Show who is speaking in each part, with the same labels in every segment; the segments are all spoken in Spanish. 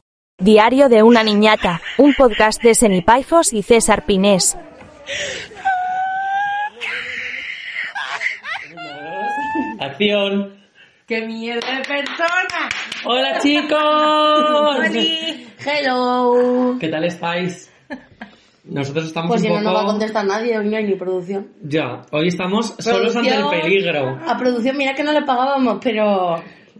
Speaker 1: Diario de una niñata, un podcast de Senipaifos y César Pinés.
Speaker 2: Acción.
Speaker 3: ¡Qué mierda de persona!
Speaker 2: Hola chicos.
Speaker 3: ¡Oli! ¡Hello!
Speaker 2: ¿Qué tal estáis? Nosotros estamos
Speaker 3: Pues
Speaker 2: un
Speaker 3: si no,
Speaker 2: poco
Speaker 3: no va a contestar nadie, hoy no hay ni producción.
Speaker 2: ya. Hoy estamos solos ante el
Speaker 3: Producción.
Speaker 2: peligro.
Speaker 3: A producción, mira que no le pagábamos, pero,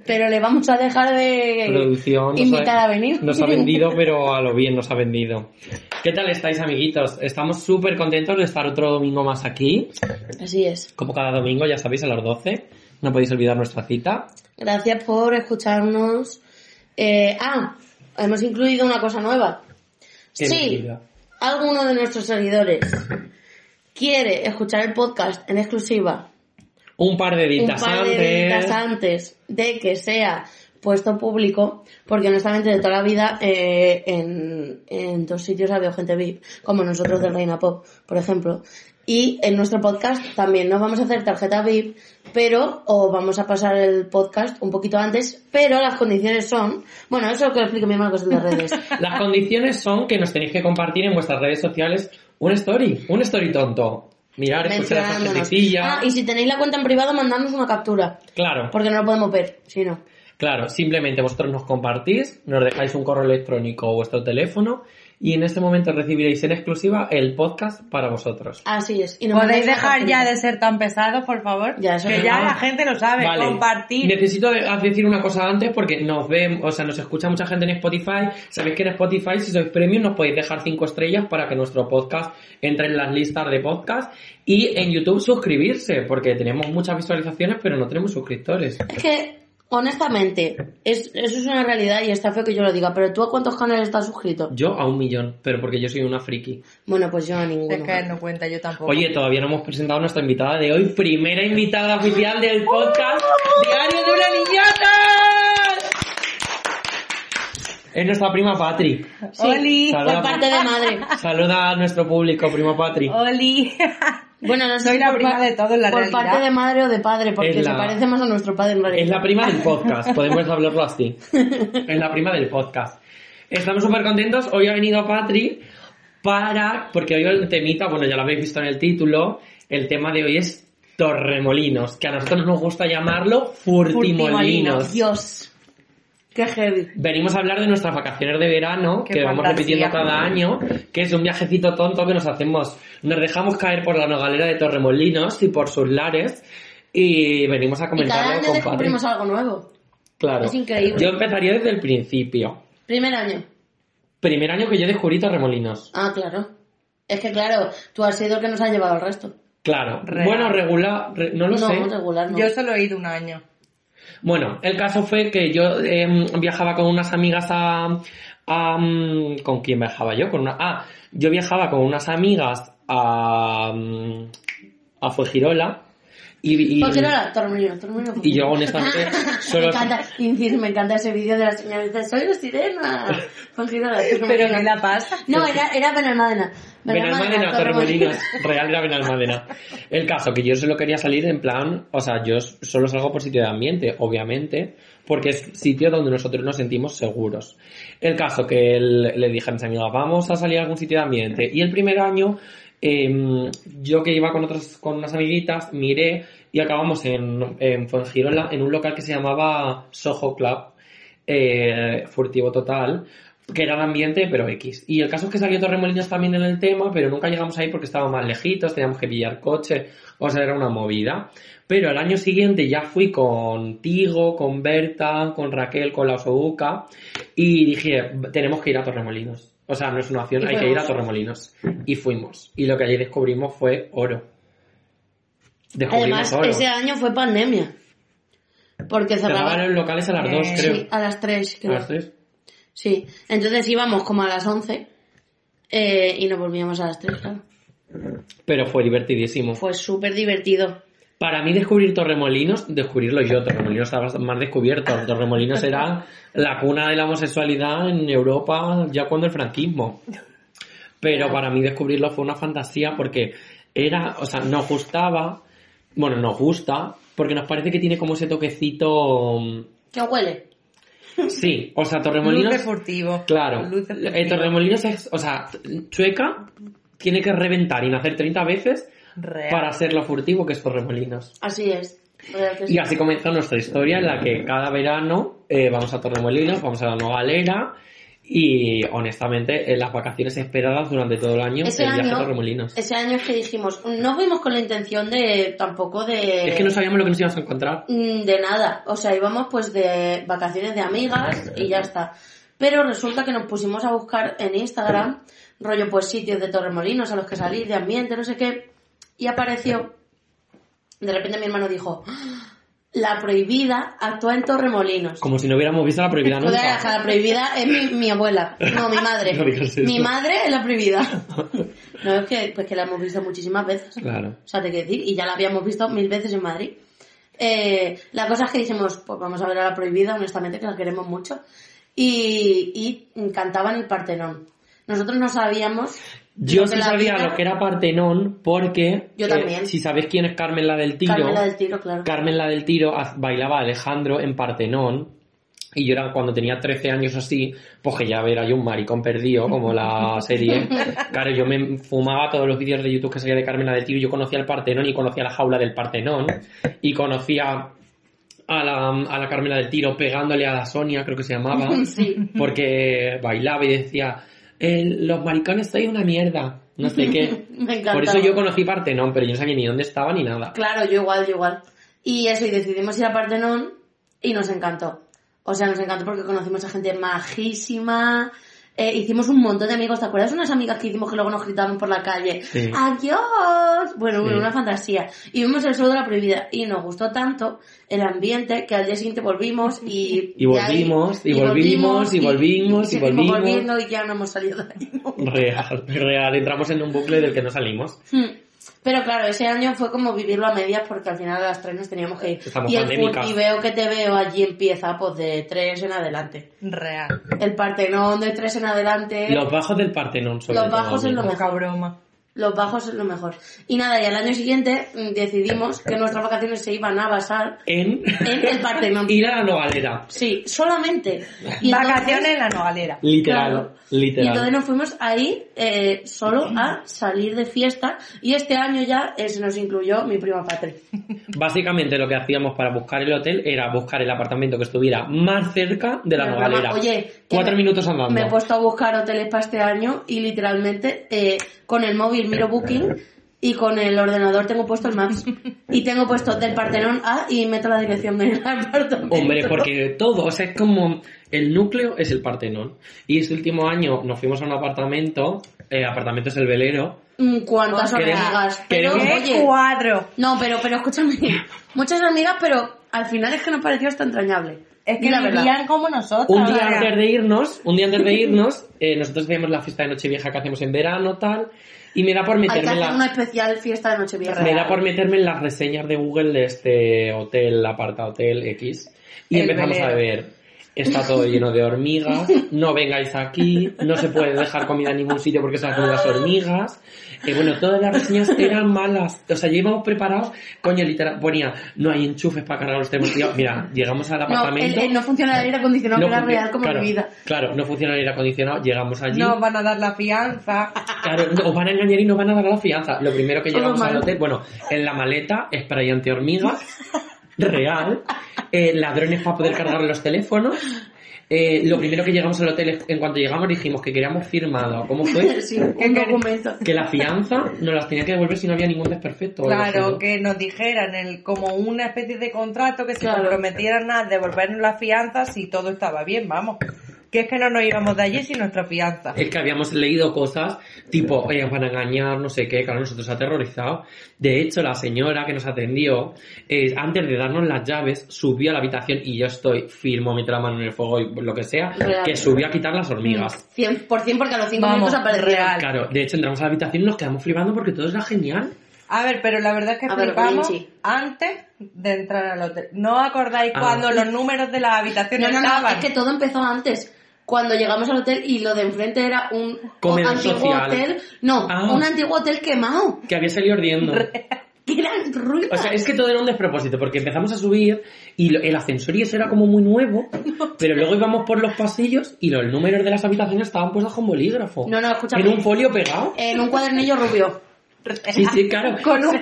Speaker 3: pero le vamos a dejar de
Speaker 2: Producción nos
Speaker 3: invitar
Speaker 2: ha,
Speaker 3: Eh, a venir.
Speaker 2: nos ha vendido, pero a lo bien nos ha vendido. ¿Qué tal estáis, amiguitos? Estamos súper contentos de estar otro domingo más aquí.
Speaker 3: Así es.
Speaker 2: Como cada domingo, ya sabéis, a las 12. No podéis olvidar nuestra cita.
Speaker 3: Gracias por escucharnos. Eh, ah, hemos incluido una cosa nueva.
Speaker 2: Qué
Speaker 3: sí,
Speaker 2: mentira.
Speaker 3: alguno de nuestros seguidores quiere escuchar el podcast en exclusiva
Speaker 2: Un par de
Speaker 3: un
Speaker 2: editas
Speaker 3: par de
Speaker 2: antes.
Speaker 3: días antes de que sea puesto público, porque honestamente de toda la vida eh, en, en dos sitios ha habido gente VIP, como nosotros del Reina Pop, por ejemplo. Y en nuestro podcast también no vamos a hacer tarjeta VIP, pero o vamos a pasar el podcast un poquito antes, pero las condiciones son, bueno, eso que lo explique mi hermano que es de las redes.
Speaker 2: Las condiciones son que nos tenéis que compartir en vuestras redes sociales un story, un story tonto. Mirar, escuchar esa
Speaker 3: Mencionándonos.
Speaker 2: gentecilla.
Speaker 3: Ah, y si tenéis la cuenta en privado, mandadnos una captura,
Speaker 2: Claro,
Speaker 3: porque no lo podemos ver, si no.
Speaker 2: claro. Simplemente vosotros nos compartís, nos dejáis un correo electrónico o vuestro teléfono y en ese momento recibiréis en exclusiva el podcast para vosotros.
Speaker 3: Así es. Y nos
Speaker 4: Podéis
Speaker 3: mandáis una
Speaker 4: dejar ya
Speaker 3: captura.
Speaker 4: de ser tan pesados, por favor.
Speaker 3: Ya, eso
Speaker 4: que
Speaker 3: no.
Speaker 4: ya la gente lo sabe.
Speaker 2: Vale.
Speaker 4: Compartir.
Speaker 2: Necesito de- ah, decir una cosa antes porque nos ven, o sea, nos escucha mucha gente en Spotify. Sabéis que en Spotify, si sois premium, nos podéis dejar cinco estrellas para que nuestro podcast entre en las listas de podcast. Y en YouTube suscribirse, porque tenemos muchas visualizaciones, pero no tenemos suscriptores.
Speaker 3: Es que, honestamente, es, eso es una realidad y está feo que yo lo diga, pero ¿tú a cuántos canales estás suscrito?
Speaker 2: Yo a un millón, pero porque yo soy una friki.
Speaker 3: Bueno, pues yo a ninguno.
Speaker 4: Es que no cuenta yo tampoco.
Speaker 2: Oye, todavía no hemos presentado a nuestra invitada de hoy, primera invitada oficial del podcast Diario de una Niñata. Es nuestra prima Patri.
Speaker 3: Sí,
Speaker 4: Oli.
Speaker 2: Claro.
Speaker 3: por parte de madre.
Speaker 2: Saluda a nuestro público, prima Patri.
Speaker 4: Oli.
Speaker 3: Bueno, no sé
Speaker 4: Soy
Speaker 3: si
Speaker 4: la
Speaker 3: por
Speaker 4: prima
Speaker 3: pa-
Speaker 4: de todos, la
Speaker 3: Por
Speaker 4: realidad.
Speaker 3: parte de madre o de padre, porque
Speaker 2: Es la-
Speaker 3: se parece más a nuestro padre en realidad.
Speaker 2: Es la prima del podcast, podemos hablarlo así. Es la prima del podcast. Estamos súper contentos. Hoy ha venido Patri para. Porque hoy el temita, bueno, ya lo habéis visto en el título. El tema de hoy es Torremolinos, que a nosotros nos gusta llamarlo Furtimolinos.
Speaker 3: Dios. Qué heavy.
Speaker 2: Venimos a hablar de nuestras vacaciones de verano,
Speaker 4: Qué
Speaker 2: que vamos
Speaker 4: fantasía.
Speaker 2: repitiendo cada año, que es un viajecito tonto que nos hacemos. Nos dejamos caer por la nogalera de Torremolinos y por sus lares. Y venimos a
Speaker 3: Y cada
Speaker 2: comentarlo
Speaker 3: año
Speaker 2: con Patri.
Speaker 3: descubrimos algo nuevo.
Speaker 2: Claro.
Speaker 3: Es increíble.
Speaker 2: Yo empezaría desde el principio.
Speaker 3: Primer año.
Speaker 2: Primer año que yo descubrí Torremolinos.
Speaker 3: Ah, claro. Es que claro, tú has sido el que nos ha llevado al resto.
Speaker 2: Claro.
Speaker 4: Real.
Speaker 2: Bueno, regular, re- no lo sé.
Speaker 3: regular no.
Speaker 4: Yo solo he ido un año.
Speaker 2: Bueno, el caso fue que yo em, viajaba con unas amigas a, a, mm, ¿Con quién viajaba yo? Con una... Ah, yo viajaba con unas amigas a... mm, A Fuengirola. Y, y-
Speaker 3: Porque era Tormolino, Tormolino.
Speaker 2: y yo honestamente
Speaker 3: Me
Speaker 2: solo...
Speaker 3: encanta, inciso, me encanta ese vídeo de las señoritas. Soy la sirena. Con Girola,
Speaker 4: Pero
Speaker 3: Torremolinos.
Speaker 4: ¿qué la pasa?
Speaker 3: No, era, era Benalmádena.
Speaker 2: Benalmádena, Torremolinos,
Speaker 3: Torremolinos.
Speaker 2: Real era Benalmádena. El caso, que yo solo quería salir en plan, o sea, yo solo salgo por sitio de ambiente, obviamente, porque es sitio donde nosotros nos sentimos seguros. El caso, que el- le dije a mis amigas, vamos a salir a algún sitio de ambiente. Y el primer año, em, yo que iba con otras, con unas amiguitas, miré y acabamos en, en Fuengirola, en un local que se llamaba Soho Club eh, furtivo total, que era el ambiente, pero X. Y el caso es que salió Torremolinos también en el tema, pero nunca llegamos ahí porque estaba más lejitos, teníamos que pillar coche, o sea, era una movida. Pero al año siguiente ya fui contigo, con Berta, con Raquel, con la Osobuca, y dije, tenemos que ir a Torremolinos. O sea, no es una opción,
Speaker 3: Y
Speaker 2: hay que ir a
Speaker 3: fuimos.
Speaker 2: Torremolinos. Y fuimos. Y lo que allí descubrimos fue oro. Descubrimos
Speaker 3: Además,
Speaker 2: oro.
Speaker 3: ese año fue pandemia. Porque cerraban
Speaker 2: Cerraban los locales a las
Speaker 4: Eh,
Speaker 2: dos, creo.
Speaker 3: sí, a las 3,
Speaker 2: A las tres.
Speaker 3: Sí. Entonces íbamos como a las 11 eh, y nos volvíamos a las 3, claro.
Speaker 2: Pero fue divertidísimo.
Speaker 3: Fue súper divertido.
Speaker 2: Para mí descubrir Torremolinos, descubrirlo yo, Torremolinos estaba más descubierto. Torremolinos era la cuna de la homosexualidad en Europa ya cuando el franquismo. Pero para mí descubrirlo fue una fantasía porque era, o sea, nos gustaba, bueno, nos gusta, porque nos parece que tiene como ese toquecito... mm,
Speaker 3: ¿Qué huele?
Speaker 2: Sí, o sea,
Speaker 4: Luz de
Speaker 2: Torremolinos...
Speaker 4: furtivo.
Speaker 2: Claro.
Speaker 4: Luz de furtivo.
Speaker 2: Eh, Torremolinos es, o sea, Chueca tiene que reventar y nacer 30 veces
Speaker 4: Real.
Speaker 2: para ser lo furtivo que es Torremolinos.
Speaker 3: Así es. Real que sí.
Speaker 2: Y así comenzó nuestra historia en la que cada verano eh, vamos a Torremolinos, vamos a la Nueva Galera y honestamente en las vacaciones esperadas durante todo el año
Speaker 3: Ese
Speaker 2: el viaje a
Speaker 3: Este año-
Speaker 2: Torremolinos. Es,
Speaker 3: Ese año es que dijimos, no fuimos con la intención de tampoco de...
Speaker 2: que no sabíamos lo que nos íbamos a encontrar.
Speaker 3: Mm, De nada, o sea, íbamos pues de vacaciones de amigas y ya está. Pero resulta que nos pusimos a buscar en Instagram, rollo pues sitios de Torremolinos a los que salir, de ambiente, no sé qué, y apareció, de repente mi hermano dijo, "¡Ah! la prohibida actúa en Torremolinos.
Speaker 2: Como si no hubiéramos visto la prohibida
Speaker 3: Joder,
Speaker 2: nunca.
Speaker 3: la prohibida es mi, mi abuela, no mi madre.
Speaker 2: No digas eso.
Speaker 3: mi madre es la prohibida. No, es que, pues que la hemos visto muchísimas veces.
Speaker 2: Claro.
Speaker 3: O sea, te quiero decir, y ya la habíamos visto mil veces en Madrid. Eh, la cosa es que dijimos, pues vamos a ver a la prohibida, honestamente, que la queremos mucho. Y, y cantaban el Partenón. Nosotros no sabíamos.
Speaker 2: Yo
Speaker 3: lo
Speaker 2: sí
Speaker 3: que la
Speaker 2: sabía
Speaker 3: vida-
Speaker 2: lo que era Partenón porque eh,
Speaker 3: Yo también.
Speaker 2: si sabéis quién es Carmen la del Tiro,
Speaker 3: Carmela del Tiro, claro.
Speaker 2: Carmen la del Tiro haz- bailaba a Alejandro en Partenón. Y yo era cuando tenía 13 años o así, pues que ya era yo un maricón perdido, como la serie. Claro, yo me fumaba todos los vídeos de YouTube que salía de Carmen la del Tiro. Yo conocía el Partenón y conocía la jaula del Partenón. Y conocía a la, a la Carmela del Tiro pegándole a la Sonia, creo que se llamaba. Porque bailaba y decía, "Eh, los maricones sois una mierda. No sé qué.
Speaker 3: Me encantaba.
Speaker 2: Por eso yo conocí Partenón, pero yo no sabía ni dónde estaba ni nada.
Speaker 3: Claro, yo igual, yo igual. Y eso, y decidimos ir a Partenón y nos encantó. O sea, nos encantó porque conocimos a gente majísima. eh, hicimos un montón de amigos, ¿te acuerdas? Unas amigas que hicimos que luego nos gritaban por la calle.
Speaker 2: Sí.
Speaker 3: ¡Adiós! Bueno,
Speaker 2: Sí.
Speaker 3: bueno, una fantasía. Y vimos el sol de la prohibida y nos gustó tanto el ambiente que al día siguiente volvimos y...
Speaker 2: Y volvimos, y volvimos, y volvimos, y
Speaker 3: seguimos
Speaker 2: volvimos.
Speaker 3: volviendo y ya no hemos salido de ahí.
Speaker 2: Real, real. Entramos en un bucle del que no salimos.
Speaker 3: Hmm. Pero claro, ese año fue como vivirlo a medias porque al final a las tres nos teníamos que ir.
Speaker 2: Estamos
Speaker 3: y el
Speaker 2: pandémicas.
Speaker 3: veo que te veo allí empieza pues de tres en adelante.
Speaker 4: Real.
Speaker 3: El Partenón de tres en adelante.
Speaker 2: Los bajos del Partenón, sobre
Speaker 3: Los
Speaker 2: todo,
Speaker 3: bajos en
Speaker 2: amigo.
Speaker 3: los-
Speaker 4: Poca broma.
Speaker 3: Los bajos es lo mejor. Y nada, y al año siguiente mm, decidimos que nuestras vacaciones se iban a basar
Speaker 2: En
Speaker 3: en el Partenón.
Speaker 2: ir a la nogalera.
Speaker 3: Sí, solamente. Y entonces-
Speaker 4: Vacaciones en la nogalera.
Speaker 2: Literal,
Speaker 3: Claro. Y
Speaker 2: literal.
Speaker 3: entonces nos fuimos ahí eh, solo a salir de fiesta y este año ya eh, se nos incluyó mi prima Patri.
Speaker 2: Básicamente lo que hacíamos para buscar el hotel era buscar el apartamento que estuviera más cerca de la
Speaker 3: Pero,
Speaker 2: nogalera.
Speaker 3: Rama, Oye, que
Speaker 2: cuatro
Speaker 3: me-
Speaker 2: minutos andando.
Speaker 3: Me he puesto a buscar hoteles para este año y literalmente eh, con el móvil miro Booking y con el ordenador tengo puesto el Maps. y tengo puesto del Partenón A y meto la dirección del apartamento.
Speaker 2: Hombre, porque todo, o sea, es como el núcleo es el Partenón. Y este último año nos fuimos a un apartamento, eh, apartamento es el velero.
Speaker 3: Mm, ¿Cuántas
Speaker 2: Queremos-
Speaker 3: amigas? Pero,
Speaker 2: queremos-
Speaker 4: ¡Qué
Speaker 3: oye,
Speaker 4: cuadro!
Speaker 3: no, pero, pero escúchame. Muchas amigas, pero al final es que nos pareció hasta entrañable.
Speaker 4: Es
Speaker 3: Di
Speaker 4: que
Speaker 3: la verdad.
Speaker 4: vivían como nosotros.
Speaker 3: Ah,
Speaker 2: Un día
Speaker 4: Real.
Speaker 2: antes de irnos, un día antes de irnos, eh, nosotros hacíamos la fiesta de Nochevieja que hacemos en verano, tal, y me da por
Speaker 3: Hay que
Speaker 2: meterme en
Speaker 3: hacer una
Speaker 2: la,
Speaker 3: especial fiesta de Nochevieja.
Speaker 2: me da por meterme en las reseñas de Google de este hotel, aparta hotel X, y
Speaker 4: El
Speaker 2: empezamos a
Speaker 4: velero.
Speaker 2: ver. Está todo lleno de hormigas, no vengáis aquí, no se puede dejar comida en ningún sitio porque se van a comer las hormigas. Eh, bueno, todas las reseñas eran malas. O sea, ya íbamos preparados, coño, literal, ponía, no hay enchufes para cargar los teléfonos. Mira, llegamos al
Speaker 3: No,
Speaker 2: apartamento.
Speaker 3: el- el no funciona el aire acondicionado, que era
Speaker 2: func-
Speaker 3: real como
Speaker 2: claro,
Speaker 3: mi vida.
Speaker 2: Claro, no funciona el aire acondicionado, llegamos allí.
Speaker 4: No van a dar la fianza.
Speaker 2: Claro, no, os van a engañar y no van a dar la fianza. Lo primero que
Speaker 3: Todo
Speaker 2: llegamos al
Speaker 3: mal.
Speaker 2: hotel, bueno, en la maleta, spray antihormigas, real, eh, ladrones para poder cargar los teléfonos. Eh, lo primero que llegamos al hotel, es- en cuanto llegamos dijimos que queríamos firmado, ¿cómo fue?
Speaker 3: Sí, un documento.
Speaker 2: Que la fianza nos las tenía que devolver si no había ningún desperfecto. o algo así,
Speaker 4: Claro,
Speaker 2: ¿no?
Speaker 4: que nos dijeran el, como una especie de contrato que se
Speaker 3: Claro.
Speaker 4: comprometieran a devolvernos la fianza si todo estaba bien, vamos. que es que no nos íbamos de allí sin nuestra fianza.
Speaker 2: Es que habíamos leído cosas tipo, oye, van a engañar, no sé qué, claro, nosotros aterrorizados. De hecho, la señora que nos atendió, eh, antes de darnos las llaves, subió a la habitación y yo estoy, firmo, meto la mano en el fuego y lo que sea,
Speaker 3: Real.
Speaker 2: que subió a quitar las hormigas.
Speaker 3: 100% porque a los 5
Speaker 4: Vamos,
Speaker 3: minutos aparecieron.
Speaker 4: real.
Speaker 2: Claro, de hecho entramos a la habitación y nos quedamos flipando porque todo era genial.
Speaker 4: A ver, pero la verdad es que
Speaker 3: A ver,
Speaker 4: flipamos
Speaker 3: Vinci.
Speaker 4: antes de entrar al hotel. ¿No acordáis
Speaker 2: Ah.
Speaker 4: cuando los números de las habitaciones
Speaker 3: No, no, no,
Speaker 4: estaban?
Speaker 3: es que todo empezó antes. Cuando llegamos al hotel y lo de enfrente era un
Speaker 2: Comedor
Speaker 3: antiguo
Speaker 2: social.
Speaker 3: hotel. No,
Speaker 2: Ah.
Speaker 3: un antiguo hotel quemado.
Speaker 2: Que había salido ardiendo.
Speaker 3: Que eran ruinas.
Speaker 2: O sea, es que todo era un despropósito, porque empezamos a subir y lo- el ascensor y eso era como muy nuevo, pero luego íbamos por los pasillos y los números de las habitaciones estaban puestos con bolígrafo.
Speaker 3: No, no, escúchame.
Speaker 2: En un folio pegado.
Speaker 3: En un cuadernillo rubio.
Speaker 2: Sí, sí, claro.
Speaker 4: Con un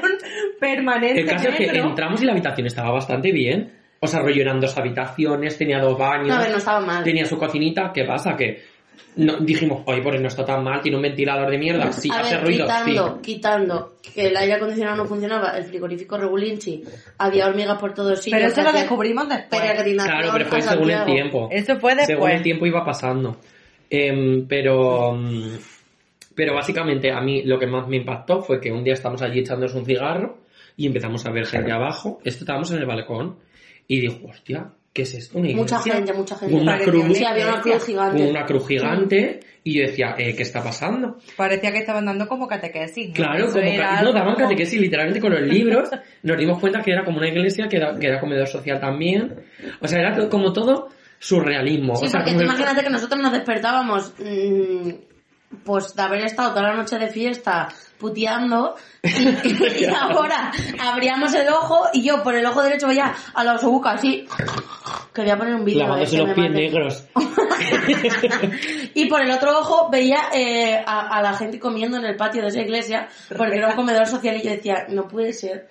Speaker 4: permanente
Speaker 2: El caso es que
Speaker 4: negro.
Speaker 2: entramos y la habitación estaba bastante bien. O sea, rollo eran dos habitaciones, tenía dos baños,
Speaker 3: No, a ver, no estaba mal.
Speaker 2: tenía su cocinita. ¿Qué pasa? Que no, dijimos, oye, pues no está tan mal, tiene un ventilador de mierda. Sí,
Speaker 3: a
Speaker 2: hace
Speaker 3: ver,
Speaker 2: ruido,
Speaker 3: quitando,
Speaker 2: sí.
Speaker 3: quitando que el aire acondicionado no funcionaba, el frigorífico regulinchi, había hormigas por todos sitios.
Speaker 4: Pero eso lo
Speaker 3: hacía
Speaker 4: descubrimos después.
Speaker 3: peregrinación
Speaker 2: Claro, pero
Speaker 3: a
Speaker 2: fue según el
Speaker 3: Santiago.
Speaker 2: tiempo.
Speaker 4: Eso fue
Speaker 2: Según el
Speaker 4: después.
Speaker 2: tiempo iba pasando. Em, pero. mm, Pero básicamente a mí lo que más me impactó fue que un día estamos allí echándonos un cigarro y empezamos a ver gente abajo. Esto estábamos en el balcón y digo, hostia, ¿qué es esto? Una
Speaker 3: Mucha
Speaker 2: iglesia
Speaker 3: gente, mucha gente.
Speaker 2: Una
Speaker 4: Parecía
Speaker 2: cruz.
Speaker 4: una
Speaker 3: Sí, había una cruz gigante.
Speaker 2: una cruz gigante y yo decía, eh, ¿qué está pasando?
Speaker 4: Parecía que estaban dando como catequesis. ¿no?
Speaker 2: Claro,
Speaker 4: Eso
Speaker 2: como
Speaker 4: era
Speaker 2: ca- no
Speaker 4: algo
Speaker 2: daban
Speaker 4: como-
Speaker 2: catequesis literalmente con los libros, nos dimos cuenta que era como una iglesia, que era, que era comedor social también, o sea, era to- como todo surrealismo.
Speaker 3: Sí,
Speaker 2: o sea,
Speaker 3: porque
Speaker 2: como
Speaker 3: tú
Speaker 2: el-
Speaker 3: imagínate que nosotros nos despertábamos mm, pues de haber estado toda la noche de fiesta puteando y, y ahora abríamos el ojo y yo por el ojo derecho veía a los bucas así quería poner un vídeo
Speaker 2: lavándose
Speaker 3: eh, que
Speaker 2: los
Speaker 3: me
Speaker 2: pies
Speaker 3: mate.
Speaker 2: negros.
Speaker 3: y por el otro ojo veía eh, a, a la gente comiendo en el patio de esa iglesia porque era un comedor social y yo decía no puede ser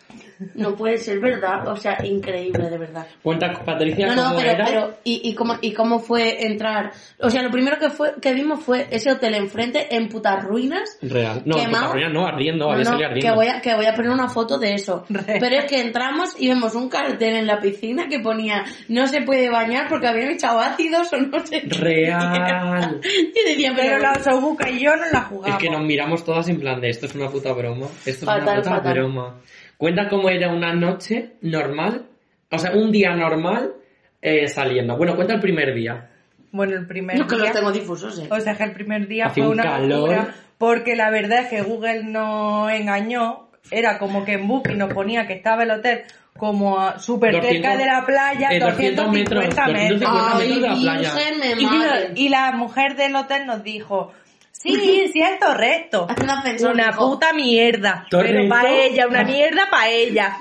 Speaker 3: no puede ser verdad o sea increíble de verdad
Speaker 2: Cuenta Patricia
Speaker 3: no, no,
Speaker 2: cómo
Speaker 3: pero,
Speaker 2: era.
Speaker 3: pero ¿y, y, cómo, ¿y cómo fue entrar? O sea, lo primero que fue que vimos fue ese hotel enfrente en putas ruinas.
Speaker 2: Real. No,
Speaker 3: quemado.
Speaker 2: Patricia no, ardiendo, había
Speaker 3: No, no,
Speaker 2: salido
Speaker 3: que,
Speaker 2: ardiendo.
Speaker 3: voy a, que voy a poner una foto de eso. Pero es que entramos y vemos un cartel en la piscina que ponía no se puede bañar porque habían echado ácidos o no sé qué.
Speaker 2: Real.
Speaker 3: Y decía, pero
Speaker 4: Pero la osobuca y yo no la
Speaker 2: Es
Speaker 4: jugamos.
Speaker 2: que nos miramos todas en plan de esto es una puta broma. Esto es una
Speaker 3: Fatal,
Speaker 2: puta
Speaker 3: fatal.
Speaker 2: broma. Cuenta cómo era una noche normal, o sea, un día normal eh, saliendo. Bueno, cuenta el primer día.
Speaker 4: Bueno, el primer
Speaker 3: no, que los
Speaker 4: día...
Speaker 3: tengo difusos,
Speaker 2: pues
Speaker 3: eh.
Speaker 4: O sea, que el primer día
Speaker 2: Hace
Speaker 4: fue
Speaker 2: un
Speaker 4: una
Speaker 2: calor.
Speaker 4: locura, porque la verdad es que Google no engañó, era como que en Booking nos ponía que estaba el hotel como a- súper
Speaker 2: 200
Speaker 4: cerca de la playa,
Speaker 2: eh,
Speaker 4: 250
Speaker 2: 200 metros, 250
Speaker 4: metros.
Speaker 3: Ay,
Speaker 2: metros de la playa.
Speaker 3: virgen, me
Speaker 4: Y, la-
Speaker 3: madre.
Speaker 4: y la mujer del hotel nos dijo, sí, cierto resto.
Speaker 3: Hace un ascensor,
Speaker 4: Una
Speaker 3: dijo.
Speaker 4: puta mierda.
Speaker 2: ¿Torrento?
Speaker 4: Pero para ella, una mierda para ella.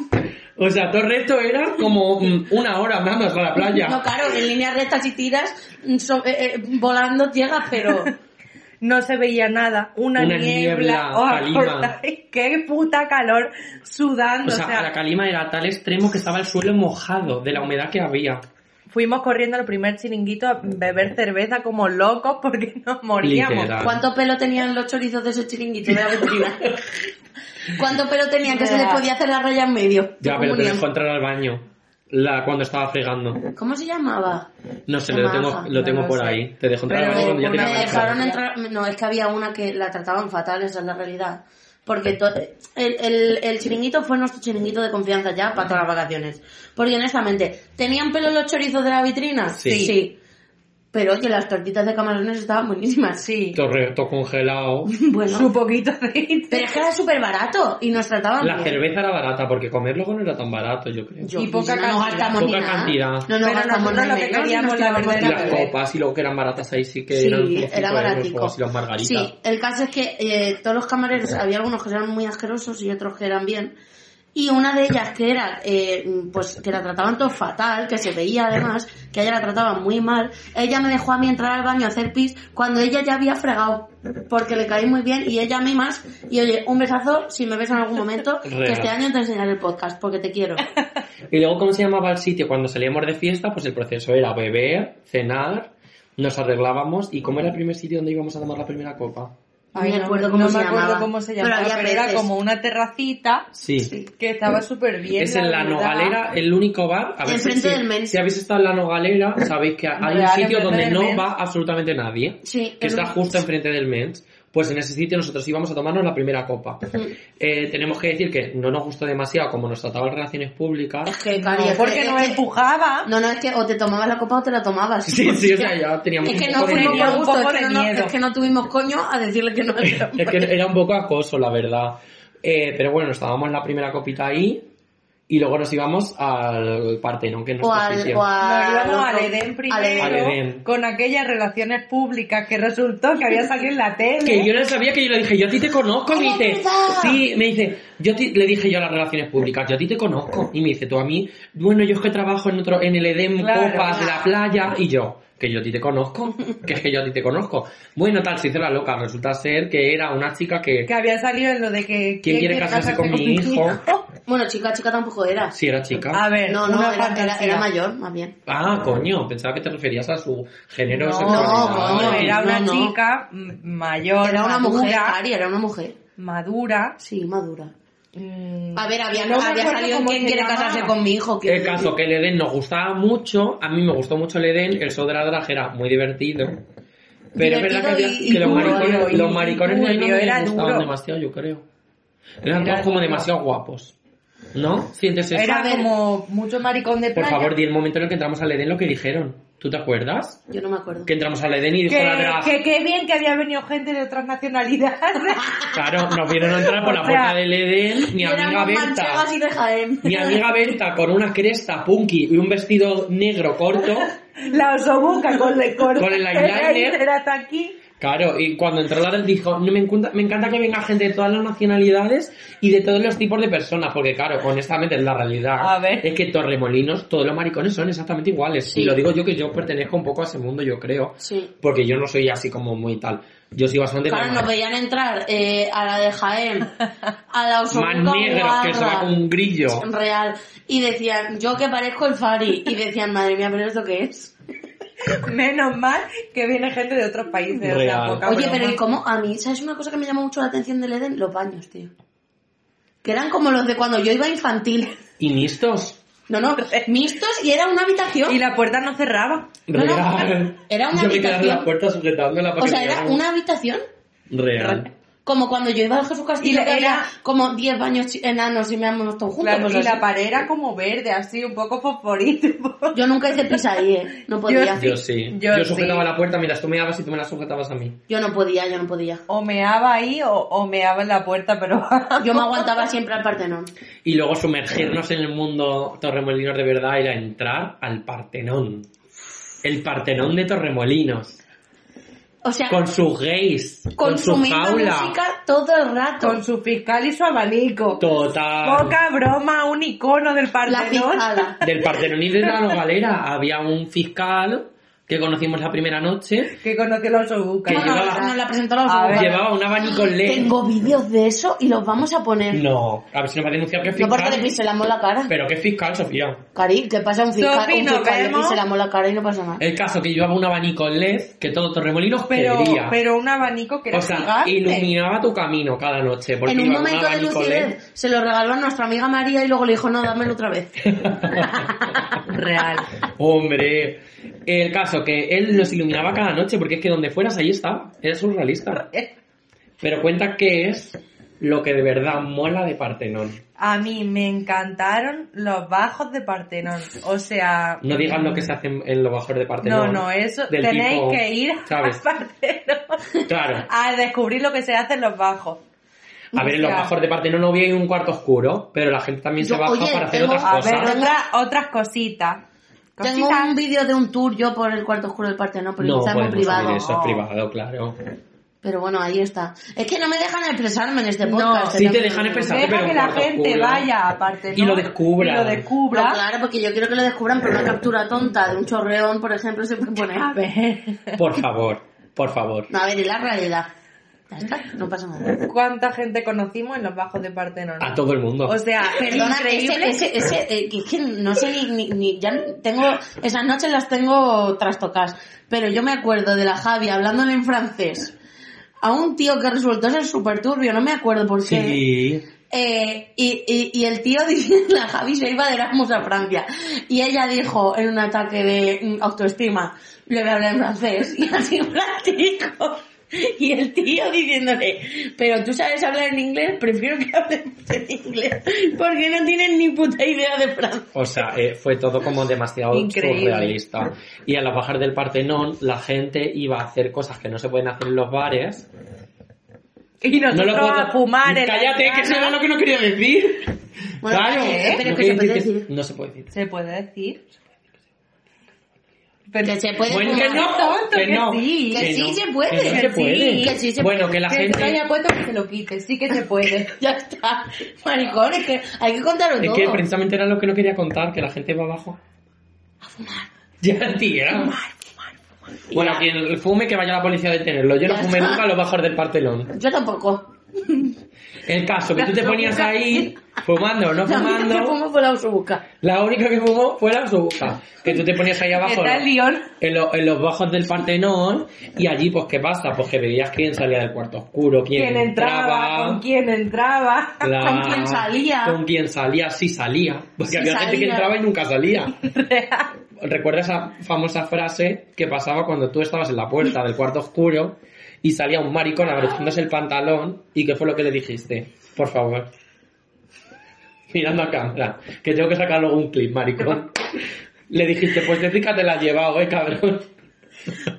Speaker 2: O sea, todo el resto era como mm, una hora andando hasta la playa.
Speaker 3: No, claro, en líneas rectas y tiras, mm, so- eh, eh, volando llegas, pero...
Speaker 4: No se veía nada, una,
Speaker 2: Una niebla,
Speaker 4: niebla. ¿Os
Speaker 2: calima.
Speaker 4: acordáis? Qué puta calor sudando.
Speaker 2: o sea,
Speaker 4: o sea,
Speaker 2: la calima era a tal extremo que estaba el suelo mojado de la humedad que había.
Speaker 4: Fuimos corriendo al primer chiringuito a beber cerveza como locos porque nos moríamos.
Speaker 2: Literal.
Speaker 3: ¿Cuánto pelo tenían los chorizos de ese chiringuito de la vitrina? ¿Cuánto pelo tenían que se les podía hacer la raya en medio?
Speaker 2: Ya, pero te
Speaker 3: Comunión.
Speaker 2: dejó entrar al baño. La, cuando estaba fregando.
Speaker 3: ¿Cómo se llamaba?
Speaker 2: No sé,
Speaker 3: Qué
Speaker 2: lo tengo,
Speaker 3: maja,
Speaker 2: lo tengo
Speaker 4: no
Speaker 2: por
Speaker 4: sé.
Speaker 2: ahí. Te dejó entrar al
Speaker 4: Pero
Speaker 2: baño cuando Ah, ya
Speaker 3: Me
Speaker 4: una
Speaker 2: tenía que entrar.
Speaker 3: dejaron entrar... No, es que había una que la trataban fatal, esa es la realidad. Porque to- el, el- el chiringuito fue nuestro chiringuito de confianza ya para todas las vacaciones. Porque honestamente, ¿tenían pelo los chorizos de la vitrina?
Speaker 2: Sí.
Speaker 3: Pero oye, las tortitas de camarones estaban buenísimas.
Speaker 4: Sí.
Speaker 2: Torre- todo congelado.
Speaker 3: Bueno.
Speaker 4: Su poquito aceite.
Speaker 3: Pero es que era súper barato y nos trataban
Speaker 2: La
Speaker 3: bien.
Speaker 2: cerveza era barata, porque comer luego no era tan barato, yo creo.
Speaker 3: Ah, Yo,
Speaker 4: Y poca
Speaker 3: no nos
Speaker 4: cantidad.
Speaker 3: gastamos ni
Speaker 2: Poca
Speaker 3: nada.
Speaker 2: cantidad.
Speaker 3: No nos
Speaker 4: Pero
Speaker 3: gastamos
Speaker 4: nosotros
Speaker 3: nada.
Speaker 4: lo que
Speaker 3: menos,
Speaker 4: queríamos,
Speaker 3: nos
Speaker 4: la
Speaker 3: llevamos
Speaker 4: verdad,
Speaker 2: Y
Speaker 3: la
Speaker 4: era
Speaker 2: las
Speaker 3: bebida.
Speaker 2: copas y luego que eran baratadas ahí sí que eran como
Speaker 3: Sí,
Speaker 2: cinco
Speaker 3: era
Speaker 2: euros,
Speaker 3: baratico.
Speaker 2: copas y las margaritas.
Speaker 3: Sí, el caso es que eh, todos los camareros, había algunos que eran muy asquerosos y otros que eran bien. Y una de ellas que era, eh, pues que la trataban todo fatal, que se veía además, que a ella la trataban muy mal, ella me dejó a mí entrar al baño a hacer pis cuando ella ya había fregado, porque le caí muy bien y ella a mí más. Y oye, un besazo si me ves en algún momento, que
Speaker 2: Real.
Speaker 3: este año te enseñaré el podcast, porque te quiero.
Speaker 2: Y luego, ¿cómo se llamaba el sitio? Cuando salíamos de fiesta, pues el proceso era beber, cenar, nos arreglábamos. ¿Y cómo era el primer sitio donde íbamos a tomar la primera copa?
Speaker 4: Ay,
Speaker 3: me
Speaker 4: no
Speaker 3: acuerdo
Speaker 4: no
Speaker 3: cómo se
Speaker 4: me acuerdo
Speaker 3: llamaba.
Speaker 4: cómo se
Speaker 3: Pero
Speaker 4: llamaba,
Speaker 3: había
Speaker 4: pero, era
Speaker 3: peces.
Speaker 4: como una terracita
Speaker 2: Sí.
Speaker 4: que estaba súper bien.
Speaker 2: Es en La
Speaker 4: verdad.
Speaker 2: Nogalera, el único bar. A ver si- si,
Speaker 3: Enfrente del Men's.
Speaker 2: si habéis estado en La Nogalera, sabéis que hay un
Speaker 4: Real,
Speaker 2: sitio
Speaker 4: enfrente
Speaker 2: donde
Speaker 4: del
Speaker 2: no
Speaker 4: Men's.
Speaker 2: va absolutamente nadie.
Speaker 3: Sí,
Speaker 2: que
Speaker 3: es
Speaker 2: está
Speaker 3: un-
Speaker 2: justo enfrente del Men's, pues en ese sitio nosotros íbamos a tomarnos la primera copa. Eh, tenemos que decir que no nos gustó demasiado como nos trataba Relaciones
Speaker 3: Es
Speaker 2: Públicas.
Speaker 3: que,
Speaker 4: No,
Speaker 3: Cari, es que-
Speaker 4: porque
Speaker 3: es
Speaker 4: nos
Speaker 3: que-
Speaker 4: empujaba.
Speaker 3: No, no, es que o te tomabas la copa o te la tomabas.
Speaker 2: Sí, sí, o sea, ya teníamos
Speaker 3: Es
Speaker 2: un
Speaker 3: que no
Speaker 2: poco de
Speaker 3: fuimos
Speaker 2: miedo.
Speaker 3: por gusto,
Speaker 4: Un poco
Speaker 3: es que,
Speaker 4: de
Speaker 3: no, nos-
Speaker 4: miedo.
Speaker 3: es que no tuvimos coño a decirle que no al hombre.
Speaker 2: Es que era un poco acoso, la verdad. Eh, pero bueno, nos estábamos la primera copita ahí y luego nos íbamos al Partenón, que es
Speaker 3: O
Speaker 2: nuestro
Speaker 3: al,
Speaker 2: sitio.
Speaker 3: o al,
Speaker 4: Nos íbamos al
Speaker 3: otro-
Speaker 4: Edén
Speaker 3: al
Speaker 4: primero
Speaker 3: Edén.
Speaker 2: Al Edén.
Speaker 4: con aquellas relaciones públicas que resultó que había salido en la tele.
Speaker 2: Que yo no sabía que yo le dije, yo a ti te conozco, y me
Speaker 3: ¡Es
Speaker 2: dice,
Speaker 3: verdad!
Speaker 2: sí, me dice, yo a ti- le dije yo a las relaciones públicas, yo a ti te conozco, y me dice, tú a mí, bueno, yo es que trabajo en otro, en el Edén
Speaker 4: Claro,
Speaker 2: Copas,
Speaker 3: claro.
Speaker 2: la playa, y yo, que yo a ti te conozco, que es que yo a ti te conozco. Bueno, tal, se hizo la loca, resulta ser que era una chica que,
Speaker 4: Que había salido en lo de que...
Speaker 2: ¿quién quiere casarse con mi hijo?
Speaker 3: Bueno, chica, chica tampoco era.
Speaker 2: Si era chica.
Speaker 4: A ver,
Speaker 3: No, no,
Speaker 4: una
Speaker 3: era, era,
Speaker 4: fantasía.
Speaker 3: era mayor, más bien.
Speaker 2: Ah, coño, pensaba que te referías a su género
Speaker 4: No,
Speaker 2: sexualidad.
Speaker 3: no,
Speaker 4: no, era una
Speaker 3: no, no.
Speaker 4: chica m- mayor,
Speaker 3: Era una mujer,
Speaker 4: madura,
Speaker 3: Cari, era una mujer.
Speaker 4: madura.
Speaker 3: Sí, madura.
Speaker 4: mm,
Speaker 3: A ver, había,
Speaker 4: No me
Speaker 3: había
Speaker 4: acuerdo
Speaker 3: salido en
Speaker 4: cómo
Speaker 3: quién
Speaker 4: se
Speaker 3: quiere
Speaker 4: llamaba.
Speaker 3: casarse con mi hijo. que-
Speaker 2: El caso que el Edén nos gustaba mucho, a mí me gustó mucho el Edén, el show de la draga era muy divertido. Pero es verdad que,
Speaker 3: Divertido
Speaker 2: había-
Speaker 3: y-
Speaker 2: que los
Speaker 3: y
Speaker 2: maricones,
Speaker 4: duro, y-
Speaker 2: los maricones
Speaker 4: y
Speaker 2: de ahí no
Speaker 4: duro,
Speaker 2: me
Speaker 4: era
Speaker 2: gustaban
Speaker 4: duro.
Speaker 2: demasiado, yo creo. Eran
Speaker 4: Era
Speaker 2: todos como
Speaker 4: duro.
Speaker 2: demasiado guapos. ¿No? ¿Sientes eso?
Speaker 4: Era
Speaker 3: A ver.
Speaker 4: como mucho maricón de
Speaker 2: Por
Speaker 4: playa.
Speaker 2: favor, di el momento en el que entramos al Edén lo que dijeron. ¿Tú te acuerdas?
Speaker 3: Yo no me acuerdo.
Speaker 2: Que entramos al Edén y dijo la
Speaker 4: que,
Speaker 2: drag.
Speaker 4: que qué bien que había venido gente de otras nacionalidades.
Speaker 2: Claro, nos vieron entrar por la
Speaker 4: O sea,
Speaker 2: puerta del Edén, mi
Speaker 3: Y eran
Speaker 2: amiga
Speaker 3: unos
Speaker 2: Berta.
Speaker 3: manchegos y de Jaén.
Speaker 2: Mi amiga Berta con una cresta punky y un vestido negro corto.
Speaker 4: la osobuca con el corte.
Speaker 2: Con el eyeliner.
Speaker 4: Era hasta aquí.
Speaker 2: Claro, y cuando entró la del dijo, "No, me encanta, me encanta que venga gente de todas las nacionalidades y de todos los tipos de personas, porque claro, honestamente, la realidad
Speaker 4: A ver.
Speaker 2: es que Torremolinos, todos los maricones son exactamente iguales.
Speaker 3: Sí.
Speaker 2: Y lo digo yo que yo pertenezco un poco a ese mundo, yo creo,
Speaker 3: Sí.
Speaker 2: porque yo no soy así como muy tal. Yo soy bastante
Speaker 3: Claro,
Speaker 2: normal.
Speaker 3: nos veían entrar eh, a la de Jaén, a la Osobuca
Speaker 2: más negro que se va
Speaker 3: guarra,
Speaker 2: con un grillo.
Speaker 3: real, y decían, yo que parezco el Fari, y decían, madre mía, pero ¿esto qué es?
Speaker 4: Menos mal que viene gente de otros países. o sea,
Speaker 2: Real.
Speaker 4: poca
Speaker 3: Oye,
Speaker 4: broma.
Speaker 3: pero ¿y cómo? A mí, ¿sabes una cosa que me llamó mucho la atención del Eden? Los baños, tío. Que eran como los de cuando yo iba a infantil.
Speaker 2: Y listos.
Speaker 3: No, no, mixtos y era una habitación.
Speaker 4: Y la puerta no cerraba.
Speaker 3: No, no,
Speaker 2: Real.
Speaker 3: era una
Speaker 2: Yo me quedé en la
Speaker 3: habitación.
Speaker 2: puerta sujetándola para
Speaker 3: O
Speaker 2: que
Speaker 3: sea,
Speaker 2: me
Speaker 3: era
Speaker 2: dieran-
Speaker 3: una habitación
Speaker 2: Real.
Speaker 3: como cuando yo iba al Jesús Castillo,
Speaker 4: Y
Speaker 3: que
Speaker 4: era-
Speaker 3: había como 10 baños chi- enanos y me hemos todos juntos.
Speaker 4: Claro,
Speaker 3: pues
Speaker 4: y
Speaker 3: así.
Speaker 4: la pared era como verde, así, un poco fosforito.
Speaker 3: Yo nunca hice pis ahí, ¿eh? No podía. Yo,
Speaker 2: Yo sí. Yo,
Speaker 4: Yo
Speaker 2: sujetaba
Speaker 4: sí.
Speaker 2: la puerta mientras tú me dabas y tú me la sujetabas a mí.
Speaker 3: no podía, yo no podía.
Speaker 4: O meaba ahí o, o meaba en la puerta, pero...
Speaker 3: Yo me aguantaba siempre al Partenón.
Speaker 2: Y luego sumergirnos en el mundo Torremolinos de verdad era entrar al Partenón. El Partenón de Torremolinos.
Speaker 3: O sea,
Speaker 2: Con sus gays. Con su
Speaker 3: consumiendo
Speaker 2: jaula.
Speaker 3: música todo el rato.
Speaker 4: Con su fiscal y su abanico.
Speaker 2: Total.
Speaker 4: Poca broma, un icono del
Speaker 3: la
Speaker 4: Partenón.
Speaker 3: fijada.
Speaker 2: Del Partenón y de la Nogalera. Había un fiscal que conocimos la primera noche.
Speaker 4: Que conoció los Osobuca.
Speaker 2: Que
Speaker 3: Bueno,
Speaker 2: llevaba-
Speaker 3: la- nos la presentó la
Speaker 4: A
Speaker 3: Osobuca.
Speaker 4: ver.
Speaker 2: Llevaba un abanico LED.
Speaker 3: Tengo vídeos de eso y los vamos a poner. No,
Speaker 2: No. A ver si nos va a denunciar que es
Speaker 3: porque le
Speaker 2: fiscal.
Speaker 3: pincelamos la cara.
Speaker 2: Pero que es fiscal, Sofía.
Speaker 3: Cari, ¿qué pasa? Un fiscal,
Speaker 4: Sofi,
Speaker 3: un
Speaker 4: nos
Speaker 3: fiscal le
Speaker 4: vemos.
Speaker 3: pincelamos la cara y no pasa nada.
Speaker 2: El caso que llevaba un abanico LED que todo Torremolinos
Speaker 4: Pero,
Speaker 2: quería.
Speaker 4: pero un abanico que era
Speaker 2: o sea,
Speaker 4: gigante.
Speaker 2: iluminaba tu camino cada noche. Porque
Speaker 3: en un
Speaker 2: iba con eh.
Speaker 3: momento de
Speaker 2: abanico LED.
Speaker 3: lucidez se lo regaló a nuestra amiga María y luego le dijo, no, dámelo otra vez.
Speaker 4: Real.
Speaker 2: Hombre, el caso que él nos iluminaba cada noche, porque es que donde fueras ahí estaba, era surrealista. Pero cuenta qué es lo que de verdad mola de Partenón.
Speaker 4: A mí me encantaron los bajos de Partenón. O sea...
Speaker 2: No digas lo que se hace en, en lo bajos de
Speaker 4: No,
Speaker 2: Partenón.
Speaker 4: no, eso
Speaker 2: Del
Speaker 4: tenéis
Speaker 2: tipo,
Speaker 4: que ir
Speaker 2: ¿Sabes?
Speaker 4: a Partenón
Speaker 2: Claro.
Speaker 4: a descubrir lo que se hace en los bajos.
Speaker 2: A ver, en los
Speaker 4: Hostia.
Speaker 2: bajos de Partenón no había un cuarto oscuro, pero la gente también
Speaker 3: Yo,
Speaker 2: se baja
Speaker 3: oye,
Speaker 2: para hacer
Speaker 3: tengo-
Speaker 2: otras
Speaker 3: a
Speaker 4: A
Speaker 2: cosas.
Speaker 4: ver, otra- otras cositas.
Speaker 3: Tengo
Speaker 4: Cositas.
Speaker 3: un vídeo de un tour yo por el cuarto oscuro del Partenón, pero
Speaker 2: no
Speaker 3: quizá muy
Speaker 2: podemos
Speaker 3: privado.
Speaker 2: subir eso, es privado, claro.
Speaker 3: Pero bueno, ahí está. Es que no me dejan expresarme en este
Speaker 4: No,
Speaker 3: podcast.
Speaker 4: sí
Speaker 3: tengo
Speaker 2: te
Speaker 3: que
Speaker 2: dejan
Speaker 3: decirlo.
Speaker 2: expresar.
Speaker 4: Deja
Speaker 2: pero
Speaker 4: que
Speaker 2: un
Speaker 4: la
Speaker 2: cuarto
Speaker 4: gente
Speaker 2: oscuro.
Speaker 4: vaya aparte
Speaker 2: Y lo descubra.
Speaker 4: Y lo
Speaker 3: No,
Speaker 4: descubra.
Speaker 3: claro, porque yo quiero que lo descubran por una captura tonta de un chorreón, por ejemplo, se puede poner.
Speaker 4: A ver.
Speaker 2: Por favor, por favor.
Speaker 3: No, a ver, y la realidad. Ya está, no pasa nada.
Speaker 4: ¿Cuánta gente conocimos en los bajos de Partenón?
Speaker 2: A todo el mundo.
Speaker 4: O sea,
Speaker 3: Perdona,
Speaker 4: increíble.
Speaker 3: ese, ese, ese, eh, que es que no sé ni, ni- ni- ya tengo, esas noches las tengo trastocadas, pero yo me acuerdo de la Javi hablándole en francés a un tío que resultó ser súper turbio, no me acuerdo por qué.
Speaker 2: Sí.
Speaker 3: Eh, y, y, y el tío, dice- la Javi se iba de Erasmus a Francia. Y ella dijo, en un ataque de mm, autoestima, le voy a hablar en francés. Y así platico. Y el tío diciéndole, pero tú sabes hablar en inglés, prefiero que hablemos en inglés. Porque no tienen ni puta idea de francés.
Speaker 2: O sea, eh, fue todo como demasiado
Speaker 4: Increíble.
Speaker 2: surrealista. Y a las bajas del Partenón, la gente iba a hacer cosas que no se pueden hacer en los bares.
Speaker 4: Y
Speaker 2: No
Speaker 4: nosotros
Speaker 2: lo puedo...
Speaker 4: a fumar en la
Speaker 2: Cállate, que eso
Speaker 4: ventana.
Speaker 2: era lo que no quería decir.
Speaker 3: Bueno,
Speaker 2: claro.
Speaker 3: eh, pero
Speaker 2: No
Speaker 3: que
Speaker 2: quería
Speaker 3: se puede
Speaker 2: que-
Speaker 3: decir.
Speaker 2: No se puede decir.
Speaker 4: ¿Se puede decir? Pero
Speaker 3: Que se puede
Speaker 2: Bueno, que
Speaker 3: fumar.
Speaker 2: no,
Speaker 4: tonto,
Speaker 2: que
Speaker 4: que
Speaker 2: no.
Speaker 4: sí.
Speaker 3: Que sí
Speaker 2: no,
Speaker 3: se puede.
Speaker 2: que no se
Speaker 3: Que
Speaker 2: puede.
Speaker 3: sí, que sí se
Speaker 2: bueno, que la
Speaker 4: que te
Speaker 2: gente...
Speaker 4: haya puesto que se lo quite, sí que se puede.
Speaker 3: Ya está. Maricón, es que hay que contarlo
Speaker 2: Es
Speaker 3: todo.
Speaker 2: que precisamente era lo que no quería contar, que la gente va abajo. A fumar. Ya, tía. Bueno,
Speaker 3: Ya.
Speaker 2: quien fume que vaya la policía a detenerlo. Yo no
Speaker 3: Ya
Speaker 2: fumé
Speaker 3: está.
Speaker 2: nunca a los bajos del Partenón.
Speaker 3: Yo tampoco.
Speaker 2: El caso que tú te ponías ahí fumando o no
Speaker 3: La única que
Speaker 2: fumando,
Speaker 3: fumo fue la buca.
Speaker 2: la única que fumó fue la osobuca. Que tú te ponías ahí
Speaker 4: ¿Qué
Speaker 2: abajo
Speaker 4: tal, León?
Speaker 2: en, lo- en los bajos del Partenón y allí pues qué pasa, pues que veías quién salía del cuarto oscuro, quién,
Speaker 4: ¿Quién entraba? ¿Con quién entraba?
Speaker 2: claro,
Speaker 3: con quién salía.
Speaker 2: Con quién salía, si salía. Porque
Speaker 3: Si
Speaker 2: había gente que
Speaker 3: salía.
Speaker 2: entraba y nunca salía. Recuerda esa famosa frase que pasaba cuando tú estabas en la puerta del cuarto oscuro y salía un maricón abriéndose el pantalón y qué fue lo que le dijiste, por favor. Mirando a cámara, que tengo que sacar luego un clip, maricón. Le dijiste, pues de te la has llevado, eh, cabrón.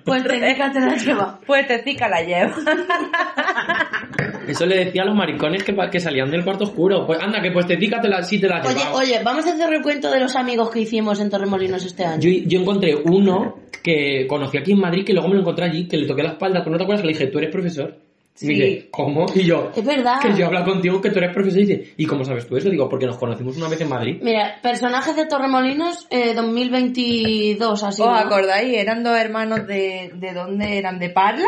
Speaker 3: Pues técnica te la lleva.
Speaker 4: Pues te cica la lleva.
Speaker 2: Eso le decía a los maricones que, pa- que salían del cuarto oscuro. Pues anda, que pues te te la, sí te la has
Speaker 3: Oye,
Speaker 2: llevado.
Speaker 3: oye, vamos a hacer recuento de los amigos que hicimos en Torremolinos este año.
Speaker 2: Yo, yo encontré uno que conocí aquí en Madrid, que luego me lo encontré allí, que le toqué la espalda. ¿Tú no te acuerdas? Le dije, ¿tú eres profesor? Y Me
Speaker 4: Sí.
Speaker 2: dice, ¿cómo? Y yo,
Speaker 3: Es verdad.
Speaker 2: que yo hablo contigo, que tú eres profesor. Y dice, ¿y cómo sabes tú eso? Digo, porque nos conocimos una vez en Madrid.
Speaker 3: Mira, personajes de Torremolinos eh, 2022, así.
Speaker 4: ¿Os
Speaker 3: ¿no?
Speaker 4: acordáis? Eran dos hermanos de... ¿De dónde eran? ¿De Parla?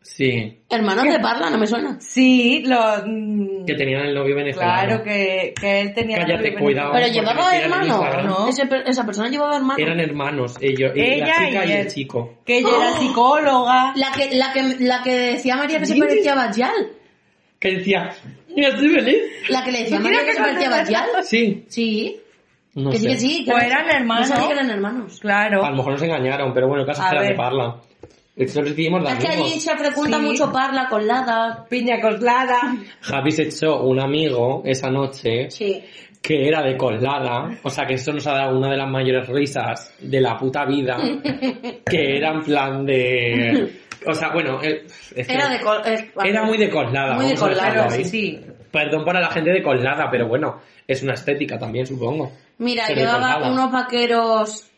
Speaker 2: Sí.
Speaker 3: Hermanos de Parla, no me suena.
Speaker 4: Sí, los... mm,
Speaker 2: Que tenían el novio venezolano.
Speaker 4: Claro, que, que él tenía...
Speaker 2: Cállate, cuidado.
Speaker 3: Pero
Speaker 2: porque me
Speaker 3: llevaba
Speaker 2: tiran en
Speaker 3: hermano.
Speaker 2: Instagram.
Speaker 3: ¿no? Ese per- esa persona llevaba hermano.
Speaker 2: Eran hermanos, ellos, eh,
Speaker 4: Ella
Speaker 2: la chica
Speaker 4: y
Speaker 2: y el
Speaker 4: él.
Speaker 2: chico.
Speaker 4: Que ella era psicóloga.
Speaker 3: La que, la, que, la que decía María que se parecía a Bajal.
Speaker 2: Que decía, mira, estoy feliz.
Speaker 3: La que le decía
Speaker 4: Yo
Speaker 3: María
Speaker 4: creo
Speaker 3: que
Speaker 4: que
Speaker 3: se parecía a
Speaker 4: cuando-
Speaker 3: Bajal.
Speaker 2: Sí.
Speaker 3: Sí.
Speaker 2: No
Speaker 3: que
Speaker 2: sé.
Speaker 3: sí, que sí. que
Speaker 4: O
Speaker 3: no-
Speaker 4: eran hermanos.
Speaker 3: No sabía que eran hermanos.
Speaker 4: Claro.
Speaker 2: A lo mejor nos engañaron, pero bueno, el caso es
Speaker 4: A
Speaker 2: que eran de
Speaker 4: ver. Ah,
Speaker 2: Parla. Nosotros decidimos de
Speaker 3: Es que
Speaker 2: amigos.
Speaker 3: allí se frecuenta
Speaker 4: Sí.
Speaker 3: mucho Parla con Lada.
Speaker 4: Piña colada.
Speaker 2: Javi se echó un amigo esa noche
Speaker 3: Sí.
Speaker 2: que era de colada, o sea que eso nos ha dado una de las mayores risas de la puta vida, que era en plan de... O sea, bueno, eh, es que-
Speaker 3: Era de col- eh,
Speaker 2: era muy de colada.
Speaker 3: Muy de
Speaker 2: vamos a dejarlo
Speaker 3: colada,
Speaker 2: ahí.
Speaker 4: Sí, sí.
Speaker 2: Perdón para la gente de colada, pero bueno, es una estética también, supongo.
Speaker 3: Mira,
Speaker 2: Se
Speaker 3: llevaba
Speaker 2: recordaba.
Speaker 3: unos vaqueros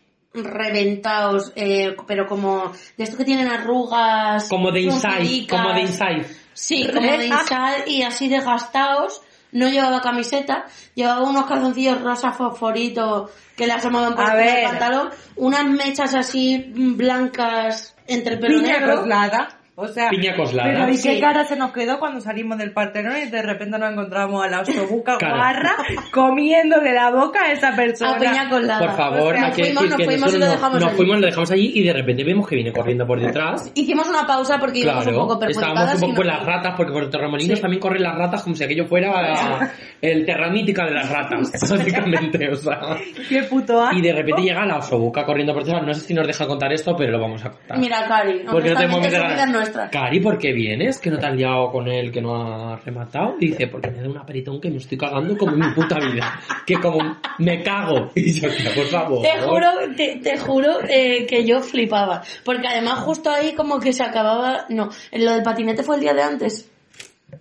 Speaker 3: reventados, eh, pero como de estos que tienen arrugas.
Speaker 2: Como de inside,
Speaker 3: fruncidicas.
Speaker 2: como de inside.
Speaker 3: Sí, como de inside y así desgastados. No llevaba camiseta, llevaba unos calzoncillos rosa fosforito que le asomaban por
Speaker 4: A
Speaker 3: encima del
Speaker 4: ver.
Speaker 3: pantalón, unas mechas así mm, blancas entre el pelo
Speaker 4: Piña
Speaker 3: negro.
Speaker 4: coslada. O sea,
Speaker 2: Piña coslada.
Speaker 4: Pero ¿y qué
Speaker 3: Sí.
Speaker 4: cara se nos quedó cuando salimos del Partenón y de repente nos encontramos a la ostobuca
Speaker 2: Cara.
Speaker 4: guarra comiéndole la boca a esa persona?
Speaker 3: A piña colada.
Speaker 2: Por favor,
Speaker 4: o sea,
Speaker 2: hay que
Speaker 3: fuimos,
Speaker 2: decir
Speaker 3: nos
Speaker 2: que
Speaker 3: fuimos y
Speaker 2: nosotros
Speaker 3: lo
Speaker 2: no-
Speaker 3: dejamos
Speaker 2: nos
Speaker 3: allí.
Speaker 2: fuimos, lo dejamos allí y de repente vemos que viene corriendo por detrás
Speaker 3: Hicimos una pausa porque íbamos un poco
Speaker 2: estábamos
Speaker 3: perjudicadas.
Speaker 2: un
Speaker 3: y
Speaker 2: poco
Speaker 3: nos-
Speaker 2: las ratas, porque por Torremolinos
Speaker 3: Sí.
Speaker 2: también corren las ratas como si aquello fuera el terra mítica de las ratas, básicamente, o sea.
Speaker 4: Qué puto asco.
Speaker 2: Y de repente llega la osobuca corriendo por detrás, no sé si nos deja contar esto, pero lo vamos a contar.
Speaker 3: Mira, Cari,
Speaker 2: porque no te
Speaker 3: honestamente,
Speaker 2: podemos
Speaker 3: esa
Speaker 2: meter
Speaker 3: vida
Speaker 2: a-
Speaker 3: es nuestra.
Speaker 2: Cari, ¿por qué vienes? Que no te has liado con él, que no has rematado. Y dice, porque me da un apretón que me estoy cagando como en mi puta vida. Que como me cago. Y yo, "Tía, por favor.
Speaker 3: Te juro, te, te juro eh, que yo flipaba. Porque además justo ahí como que se acababa... No, lo del patinete fue el día de antes.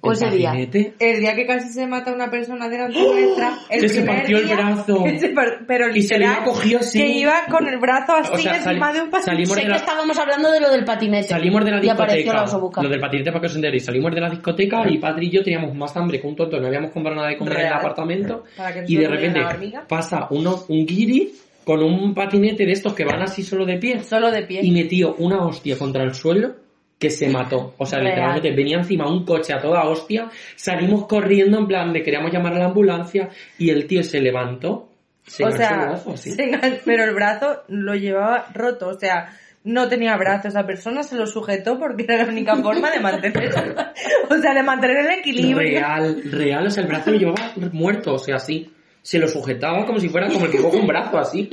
Speaker 3: O
Speaker 2: El
Speaker 3: ese día.
Speaker 2: patinete.
Speaker 4: El día que casi se mata una persona delante nuestra. El
Speaker 2: ¡Oh! Que se
Speaker 4: primer
Speaker 2: partió el
Speaker 4: día,
Speaker 2: brazo.
Speaker 4: que se par- pero
Speaker 2: Y se lo
Speaker 4: literal,
Speaker 2: iba cogido así.
Speaker 4: Que iba con el brazo así
Speaker 2: O sea, sali-
Speaker 4: encima de un pasillo.
Speaker 2: salimos
Speaker 3: Sé
Speaker 2: de
Speaker 3: que
Speaker 2: la-
Speaker 3: estábamos hablando de lo del patinete.
Speaker 2: Salimos de la
Speaker 3: Y apareció la
Speaker 2: discoteca.
Speaker 3: osobuca.
Speaker 2: lo del patinete para que os enteréis. Salimos de la discoteca y Patri y yo teníamos más hambre que un tonto. No habíamos comprado nada de comer en el
Speaker 4: Real.
Speaker 2: apartamento.
Speaker 4: Para que no
Speaker 2: Y
Speaker 4: se
Speaker 2: de
Speaker 4: nos vea
Speaker 2: repente
Speaker 4: la hormiga.
Speaker 2: pasa uno, un guiri con un patinete de estos que van así solo de pie.
Speaker 4: Solo de pie.
Speaker 2: Y metió una hostia contra el suelo que se mató. O sea,
Speaker 4: Real.
Speaker 2: literalmente venía encima un coche a toda hostia. Salimos corriendo en plan de queríamos llamar a la ambulancia y el tío se levantó. Se
Speaker 4: o
Speaker 2: enganchó
Speaker 4: sea,
Speaker 2: el brazo así.
Speaker 4: se engan- pero el brazo lo llevaba roto. O sea, no tenía brazos, esa persona se lo sujetó porque era la única forma de mantener, o sea, de mantener el equilibrio.
Speaker 2: Real, real, o sea, el brazo lo llevaba muerto, o sea, así. Se lo sujetaba como si fuera como el que coge un brazo, así.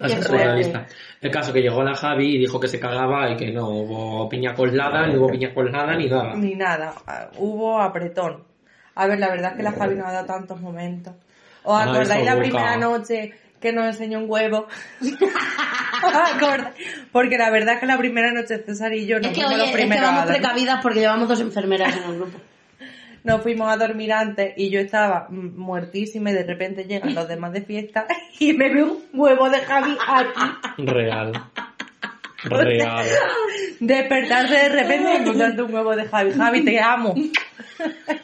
Speaker 2: O sea,
Speaker 3: Qué
Speaker 2: surrealista. El caso que llegó la Javi y dijo que se cagaba y que no hubo piña colada, ni hubo piña colada, ni nada.
Speaker 4: Ni nada, Ah, hubo apretón. A ver, la verdad es que la Javi no ha dado tantos momentos. ¿Os
Speaker 2: Ah,
Speaker 4: acordáis
Speaker 2: eso
Speaker 4: la
Speaker 2: boca.
Speaker 4: primera noche que nos enseñó un huevo? ¿Os acordáis? Porque la verdad es que la primera noche César y yo no
Speaker 3: Es que,
Speaker 4: fuimos
Speaker 3: oye,
Speaker 4: los
Speaker 3: es que
Speaker 4: primeros a
Speaker 3: vamos
Speaker 4: dar-
Speaker 3: precavidas porque llevamos dos enfermeras en el grupo.
Speaker 4: nos fuimos a dormir antes y yo estaba mm, muertísima y de repente llegan los demás de fiesta y me veo un huevo de Javi aquí
Speaker 2: Real. Real.
Speaker 4: despertarse de repente y encontrarte un huevo de Javi Javi te amo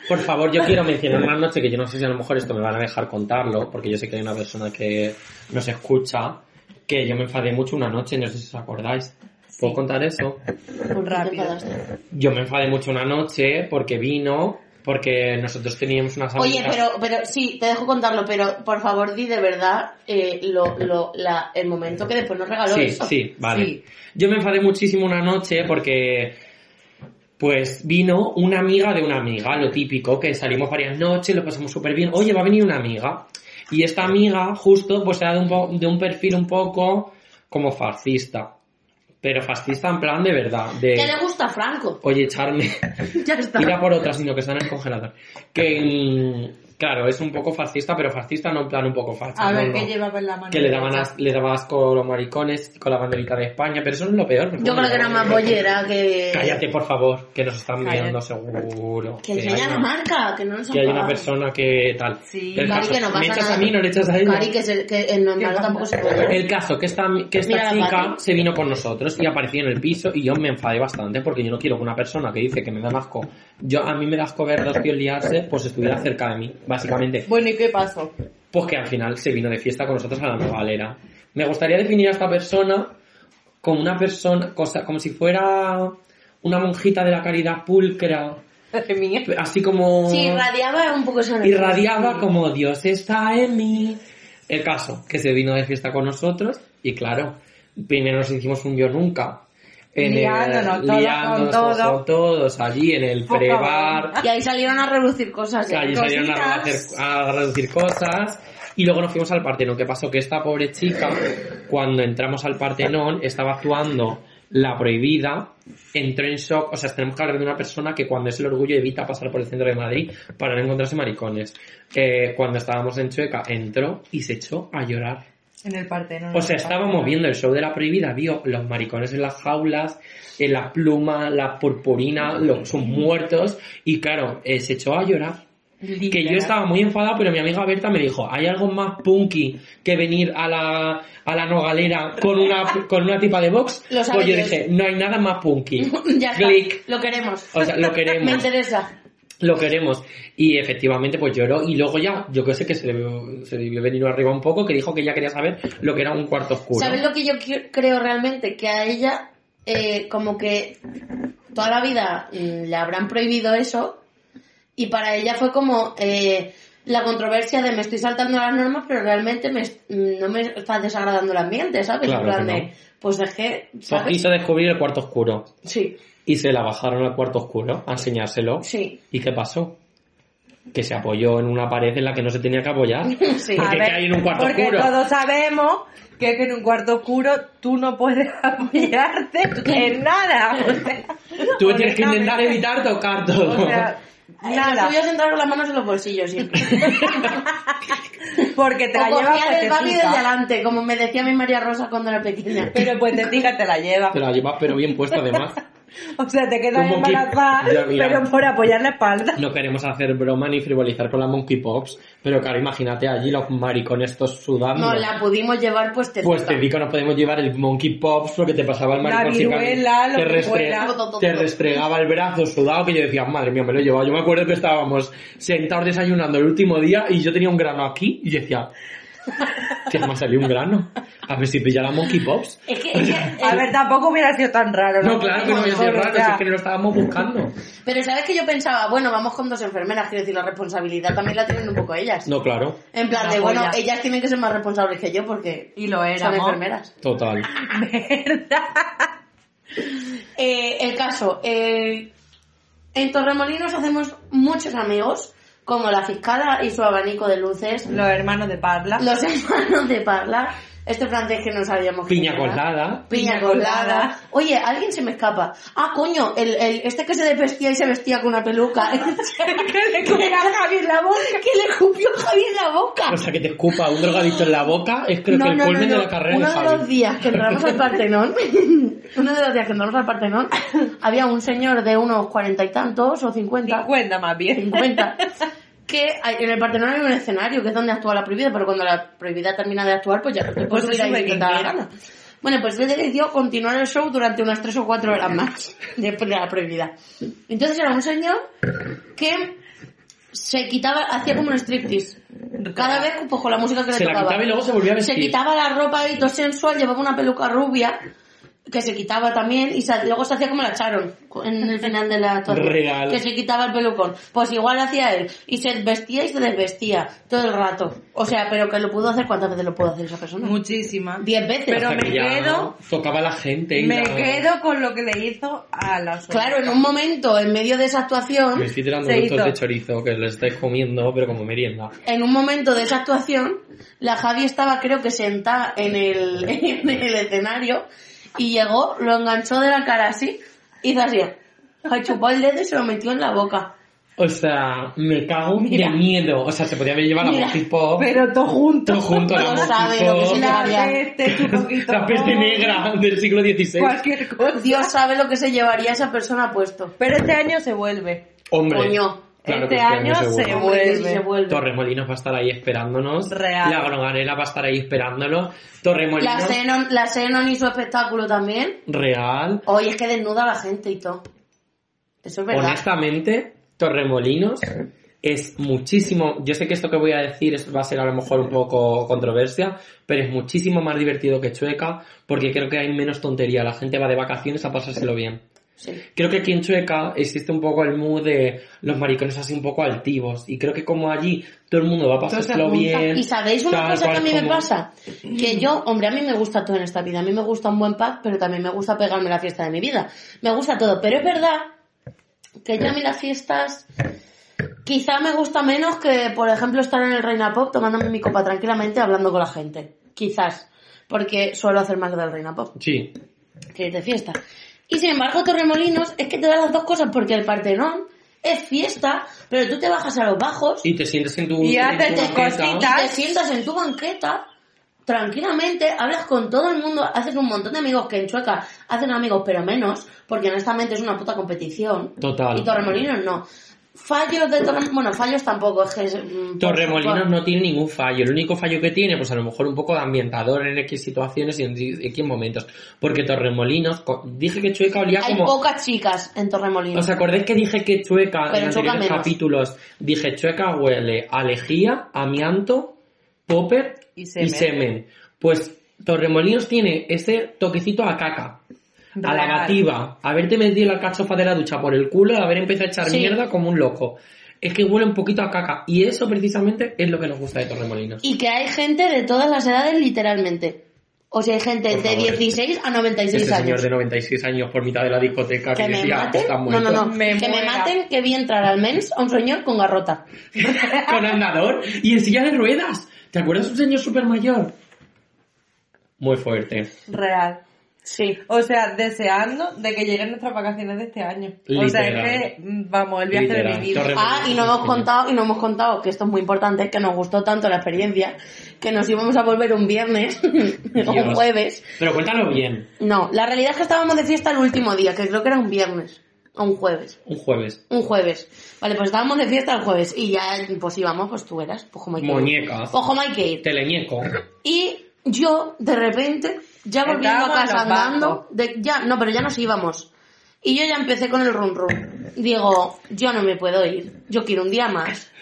Speaker 2: Por favor, yo quiero mencionar una noche que yo no sé si a lo mejor esto me van a dejar contarlo, porque yo sé que hay una persona que nos escucha, que yo me enfadé mucho una noche, no sé si os acordáis. ¿Puedo contar eso?
Speaker 3: Porque
Speaker 4: Rápido.
Speaker 3: te enfadaste.
Speaker 2: Yo me enfadé mucho una noche porque vino, porque nosotros teníamos unas
Speaker 3: Oye,
Speaker 2: amigas-
Speaker 3: pero, pero sí, te dejo contarlo, pero por favor di de verdad eh, lo, lo, la, el momento que después nos regaló
Speaker 2: Sí,
Speaker 3: eso.
Speaker 2: sí, vale.
Speaker 4: Sí.
Speaker 2: Yo me enfadé muchísimo una noche porque pues vino una amiga de una amiga, lo típico, que salimos varias noches, lo pasamos súper bien. Oye, va a venir una amiga. Y esta amiga, justo, pues era de un, po- de un perfil un poco como fascista. Pero fascista en plan de verdad. De,
Speaker 3: ¿Qué le gusta a Franco?
Speaker 2: oye, echarme,
Speaker 3: Ya está.
Speaker 2: tira por otra, sino que está en el congelador. Que, mm, claro, es un poco fascista, pero fascista no en plan un poco fascista.
Speaker 4: a ver qué llevaba en la mano
Speaker 2: Que le daban as- le daba asco a los maricones con la banderita de España, pero eso no es lo peor. eh,
Speaker 3: Yo creo que era más bollera que...
Speaker 2: Cállate, por favor, que nos están
Speaker 4: Cállate.
Speaker 2: mirando seguro.
Speaker 3: Que
Speaker 2: hay
Speaker 3: enseña
Speaker 2: una-
Speaker 3: la marca, que no nos han
Speaker 2: Que hay una
Speaker 3: pagado.
Speaker 2: persona que tal.
Speaker 4: Sí,
Speaker 2: el
Speaker 3: Cari,
Speaker 2: caso,
Speaker 3: que no
Speaker 2: ¿Me
Speaker 3: pasa
Speaker 2: echas
Speaker 3: nada.
Speaker 2: a mí no le echas Eh, a ella?
Speaker 3: Cari, que, se, que en normal tampoco se puede.
Speaker 2: El caso, que esta, que esta
Speaker 3: Mira la
Speaker 2: chica
Speaker 3: Pati.
Speaker 2: se vino con nosotros y apareció en el piso y yo me enfadé bastante porque yo no quiero que una persona que dice que me da asco, yo a mí me da asco ver dos tíos liarse, pues estuviera cerca de mí, básicamente.
Speaker 4: bueno y qué pasó
Speaker 2: pues que al final se vino de fiesta con nosotros a la novalera. Me gustaría definir a esta persona como una persona, cosa, como si fuera una monjita de la caridad pulcra,
Speaker 4: Madre mía.
Speaker 2: así como
Speaker 3: Sí, irradiaba un poco esa energía.
Speaker 2: irradiaba como Dios está en mí. El caso, que se vino de fiesta con nosotros y claro, primero nos hicimos un yo nunca. el-
Speaker 4: Liándonos todos con
Speaker 2: liándonos
Speaker 4: todo.
Speaker 2: con todos allí en el
Speaker 4: Por
Speaker 2: prebar,
Speaker 4: favor.
Speaker 3: Y ahí salieron a relucir cosas. ¿eh?
Speaker 2: Allí salieron a,
Speaker 4: cositas.
Speaker 2: hacer- a reducir cosas. Y luego nos fuimos al Partenón. ¿Qué pasó? Que esta pobre chica, cuando entramos al Partenón, estaba actuando la prohibida, entró en shock. O sea, tenemos que hablar de una persona que cuando es el orgullo evita pasar por el centro de Madrid para no encontrarse maricones. Eh, cuando estábamos en Chueca, entró y se echó a llorar.
Speaker 4: en el Partenón
Speaker 2: O sea, estábamos viendo el show de la prohibida, vio los maricones en las jaulas, en la pluma, la purpurina, los, sus muertos. Y claro, eh, se echó a llorar. Que yo estaba muy enfadado, pero mi amiga Berta me dijo, ¿hay algo más punky que venir a la, a la nogalera con una, con una tipa de box?
Speaker 3: Lo sabe
Speaker 2: Pues yo
Speaker 3: Dios.
Speaker 2: dije, no hay nada más punky.
Speaker 3: ya está.
Speaker 2: Click.
Speaker 3: Lo queremos.
Speaker 2: O sea, lo
Speaker 3: Me
Speaker 2: queremos,
Speaker 3: interesa.
Speaker 2: lo queremos. Y efectivamente, pues lloró. Y luego ya, yo que sé que se, debió- se debió venir arriba un poco, que dijo que ya quería saber lo que era un cuarto oscuro.
Speaker 3: ¿Sabes lo que yo qui- creo realmente? Que a ella, eh, como que toda la vida mm, le habrán prohibido eso. Y para ella fue como eh, la controversia de me estoy saltando las normas, pero realmente me, est- mm, no me está desagradando el ambiente, ¿sabes?
Speaker 2: Claro
Speaker 3: En plan
Speaker 2: que no.
Speaker 3: de, pues es que,
Speaker 2: So-
Speaker 3: ¿sabes?
Speaker 2: Quiso descubrir el cuarto oscuro.
Speaker 3: Sí,
Speaker 2: Y se la bajaron al cuarto oscuro a enseñárselo.
Speaker 3: sí.
Speaker 2: ¿Y qué pasó? Que se apoyó en una pared en la que no se tenía que apoyar.
Speaker 3: Sí.
Speaker 2: Porque ¿qué hay en un cuarto
Speaker 4: porque
Speaker 2: oscuro?
Speaker 4: todos sabemos que es que en un cuarto oscuro tú no puedes apoyarte en nada. O sea,
Speaker 2: Tú tienes que intentar
Speaker 4: honestamente.
Speaker 2: evitar tocar todo.
Speaker 4: O sea,
Speaker 3: Nada.
Speaker 4: nada.
Speaker 3: Voy a entrar con las manos en los bolsillos siempre.
Speaker 4: Porque te la
Speaker 3: o
Speaker 4: llevas
Speaker 3: cogía del papi desde
Speaker 4: puestecita.
Speaker 3: adelante, como me decía mi María Rosa cuando era pequeña.
Speaker 4: Pero puestecita te la llevas.
Speaker 2: Te la llevas pero bien puesta además.
Speaker 4: O sea, te quedas
Speaker 2: Como que-
Speaker 4: embarazada,
Speaker 2: Ya, mira.
Speaker 4: pero por apoyar la espalda.
Speaker 2: No queremos hacer broma ni frivolizar con la Monkey Pops, pero claro, imagínate allí los maricones estos sudando.
Speaker 3: No, la pudimos llevar pues te
Speaker 2: Pues te digo, no podemos llevar el Monkey Pops porque te pasaba el
Speaker 4: La
Speaker 2: maricón chica,
Speaker 4: viruela, lo
Speaker 2: te,
Speaker 4: que fuera.
Speaker 2: te restregaba el brazo sudado que yo decía, madre mía, me lo he llevado. Yo me acuerdo que estábamos sentados desayunando el último día y yo tenía un grano aquí y decía, Que me ha salido un grano. A ver si pilla la Monkey Pops.
Speaker 5: Es que, es que-
Speaker 4: A ver, tampoco hubiera sido tan raro.
Speaker 2: No, claro que no hubiera sido
Speaker 4: Mejor, o
Speaker 2: raro,
Speaker 4: sea,
Speaker 2: si es que no lo estábamos buscando.
Speaker 3: Pero sabes que yo pensaba, bueno, vamos con dos enfermeras, quiero decir, la responsabilidad también la tienen un poco ellas.
Speaker 2: No, claro,
Speaker 3: En plan
Speaker 5: Una
Speaker 3: de, bueno,
Speaker 5: polla.
Speaker 3: ellas tienen que ser más responsables que yo porque
Speaker 5: Y lo era,
Speaker 3: son
Speaker 5: amor.
Speaker 3: enfermeras.
Speaker 2: total.
Speaker 3: Eh, el caso, eh, en Torremolinos hacemos muchos amigos, como la fiscala y su abanico de luces,
Speaker 4: Los hermanos de Parla.
Speaker 3: los hermanos de Parla, este francés que no sabíamos quién
Speaker 2: Piña
Speaker 3: era.
Speaker 2: colada.
Speaker 3: Piña colada. Oye, alguien se me escapa. Ah, coño, el, el- este que se desvestía y se vestía con una peluca.
Speaker 4: que le comiera a Javier la boca.
Speaker 3: que le escupió Javier la boca.
Speaker 2: O sea, que te escupa un drogadito en la boca es creo
Speaker 3: No,
Speaker 2: que el
Speaker 3: no, no,
Speaker 2: culmen
Speaker 3: no.
Speaker 2: de la carrera
Speaker 3: Uno
Speaker 2: de
Speaker 3: de
Speaker 2: Javi.
Speaker 3: los días que entramos al Partenón, uno de los días que entramos al Partenón, había un señor de unos cuarenta y tantos o cincuenta,
Speaker 4: 50 más bien.
Speaker 3: cincuenta, que hay- en el Partenón hay un escenario que es donde actúa la prohibida, pero cuando la prohibida termina de actuar, pues ya te puedes
Speaker 4: se
Speaker 3: subir ahí
Speaker 4: sube
Speaker 3: que
Speaker 4: quien
Speaker 3: te da la
Speaker 4: quiera.
Speaker 3: gana. Bueno, pues le decidió continuar el show durante unas tres o cuatro horas más, después de la prohibida. Entonces era un señor que se quitaba, hacía como un striptease. Cada vez pues, con la música que
Speaker 2: Se
Speaker 3: le
Speaker 2: la
Speaker 3: tocaba.
Speaker 2: quitaba y luego se volvía a
Speaker 3: Se
Speaker 2: vestir.
Speaker 3: quitaba la ropa y todo sensual, llevaba una peluca rubia que se quitaba también y se- luego se hacía como la echaron en el final de la torre
Speaker 2: Real.
Speaker 3: que se quitaba el pelucón pues igual hacía él y se vestía y se desvestía todo el rato o sea pero que lo pudo hacer cuántas veces lo pudo hacer esa persona
Speaker 4: Muchísimas.
Speaker 3: diez veces
Speaker 4: Pero
Speaker 2: Hasta
Speaker 4: me
Speaker 2: que ya
Speaker 4: quedo-
Speaker 2: Tocaba a la gente y
Speaker 4: Me
Speaker 2: la-
Speaker 4: quedo con lo que le hizo a la suegra.
Speaker 3: claro en un momento en medio de esa
Speaker 2: Me
Speaker 3: actuación
Speaker 2: estoy tirando
Speaker 4: Se
Speaker 2: gustos
Speaker 4: hizo.
Speaker 2: de chorizo que lo estáis comiendo, pero como merienda.
Speaker 3: en un momento de esa actuación, la Javi estaba creo que sentada en el, en el escenario y llegó, lo enganchó de la cara así, hizo así, le chupó el dedo y se lo metió en la boca.
Speaker 2: O sea, me cago
Speaker 3: Mira.
Speaker 2: de miedo. O sea, se podía haber llevado la
Speaker 3: Mira.
Speaker 2: Monkey Pop,
Speaker 4: Pero todo junto.
Speaker 2: todo junto a la
Speaker 3: No
Speaker 2: Monkey
Speaker 3: sabe lo que
Speaker 2: Pop,
Speaker 3: se
Speaker 4: La
Speaker 3: Había-
Speaker 4: peste, tu poquito.
Speaker 2: la peste negra del siglo XVI.
Speaker 4: Cualquier cosa.
Speaker 3: Dios sabe lo que se llevaría esa persona puesto.
Speaker 4: Pero este año se vuelve.
Speaker 2: Hombre,
Speaker 3: Coño,
Speaker 2: claro que
Speaker 4: este
Speaker 2: este año
Speaker 4: año
Speaker 2: seguro.
Speaker 4: se
Speaker 3: Hombre, que sí
Speaker 4: vuelve.
Speaker 3: se vuelve.
Speaker 2: Torremolinos va a estar ahí esperándonos.
Speaker 4: Real.
Speaker 2: La Gronganela va a estar ahí esperándonos.
Speaker 3: La
Speaker 2: Torremolinos.
Speaker 3: Xenon, la Xenon hizo espectáculo también.
Speaker 2: Real.
Speaker 3: Oye, es que desnuda a la gente y todo. Eso es verdad.
Speaker 2: Honestamente, Torremolinos es muchísimo. Yo sé que esto que voy a decir es- va a ser a lo mejor un poco controversia, pero es muchísimo más divertido que Chueca porque creo que hay menos tontería. La gente va de vacaciones a pasárselo bien.
Speaker 3: Sí.
Speaker 2: Creo que aquí en Chueca existe un poco el mood de los maricones así un poco altivos. Y creo que como allí todo el mundo va a pasárselo bien.
Speaker 3: Y sabéis una
Speaker 2: tal
Speaker 3: cosa que
Speaker 2: cual
Speaker 3: a mí me
Speaker 2: como-
Speaker 3: pasa, que yo, hombre, a mí me gusta todo en esta vida, a mí me gusta un buen pack, pero también me gusta pegarme la fiesta de mi vida, me gusta todo, pero es verdad que yo a mí las fiestas quizá me gusta menos que, por ejemplo, estar en el Reina Pop tomándome mi copa tranquilamente hablando con la gente, quizás, porque suelo hacer más del Reina Pop
Speaker 2: Sí,
Speaker 3: que es de fiesta. Y sin embargo, Torremolinos es que te da las dos cosas, porque el Partenón es fiesta, pero tú te bajas a los bajos
Speaker 2: y te sientes en tu.
Speaker 4: Y
Speaker 2: en
Speaker 4: haces
Speaker 2: tu
Speaker 4: tus
Speaker 2: banqueta.
Speaker 4: cositas.
Speaker 3: y te sientas en tu banqueta tranquilamente, hablas con todo el mundo, haces un montón de amigos que en Chueca hacen amigos, pero menos, porque honestamente es una puta competición.
Speaker 2: Total.
Speaker 3: Y Torremolinos no. Fallos de Torremolinos, bueno, fallos tampoco, es que... es, mm,
Speaker 2: Torremolinos no tiene ningún fallo. El único fallo que tiene, pues a lo mejor un poco de ambientador en X situaciones y en X momentos. Porque Torremolinos, co- dije que Chueca olía
Speaker 3: Hay
Speaker 2: como...
Speaker 3: pocas chicas en Torremolinos.
Speaker 2: ¿Os acordáis que dije que Chueca
Speaker 3: Pero
Speaker 2: en
Speaker 3: Chueca
Speaker 2: anteriores
Speaker 3: menos.
Speaker 2: capítulos? Dije Chueca huele a lejía, amianto, popper
Speaker 4: Y
Speaker 2: y semen.
Speaker 4: semen.
Speaker 2: Pues Torremolinos tiene ese toquecito a caca. A la
Speaker 4: Real.
Speaker 2: gativa, haberte metido la cachofa de la ducha por el culo, haber empezado a echar
Speaker 3: Sí.
Speaker 2: mierda como un loco. Es que huele un poquito a caca. Y eso precisamente es lo que nos gusta de Torremolinos.
Speaker 3: y que hay gente de todas las edades, literalmente. O sea, hay gente
Speaker 2: Por
Speaker 3: de
Speaker 2: favor.
Speaker 3: 16 a 96
Speaker 2: Ese
Speaker 3: años.
Speaker 2: Este señor de 96 años por mitad de la discoteca que,
Speaker 3: que me
Speaker 2: decía,
Speaker 3: maten,
Speaker 2: "Está
Speaker 3: no,
Speaker 2: muerto".
Speaker 3: no, no,
Speaker 4: Me
Speaker 3: que me
Speaker 4: muera.
Speaker 3: maten, que vi entrar al mens a un señor con garrota.
Speaker 2: Con andador y en silla de ruedas. ¿Te acuerdas de un señor súper mayor? Muy fuerte.
Speaker 4: Real.
Speaker 3: Sí.
Speaker 4: O sea, deseando de que lleguen nuestras vacaciones de este año. O sea,
Speaker 2: Literal.
Speaker 4: es que, mm, vamos, el viaje
Speaker 2: Literal.
Speaker 4: de mi vida.
Speaker 2: Torre-
Speaker 3: Ah, y no hemos contado, y no hemos contado, que esto es muy importante, que nos gustó tanto la experiencia, que nos íbamos a volver un viernes o
Speaker 2: Dios.
Speaker 3: un jueves.
Speaker 2: Pero cuéntalo bien.
Speaker 3: No, la realidad es que estábamos de fiesta el último día, que creo que era un viernes o un jueves.
Speaker 2: Un jueves.
Speaker 3: Un jueves. Vale, pues estábamos de fiesta el jueves y ya, pues íbamos, pues tú eras, pues como hay que ir.
Speaker 2: Muñeca.
Speaker 3: Pues como hay que ir.
Speaker 2: Teleñeco.
Speaker 3: Y yo, de repente, ya volviendo a
Speaker 4: Estábamos
Speaker 3: casa
Speaker 4: en los
Speaker 3: andando,
Speaker 4: bancos.
Speaker 3: de- ya, no, pero ya nos íbamos. Y yo ya empecé con el run run. Digo, yo no me puedo ir, yo quiero un día más.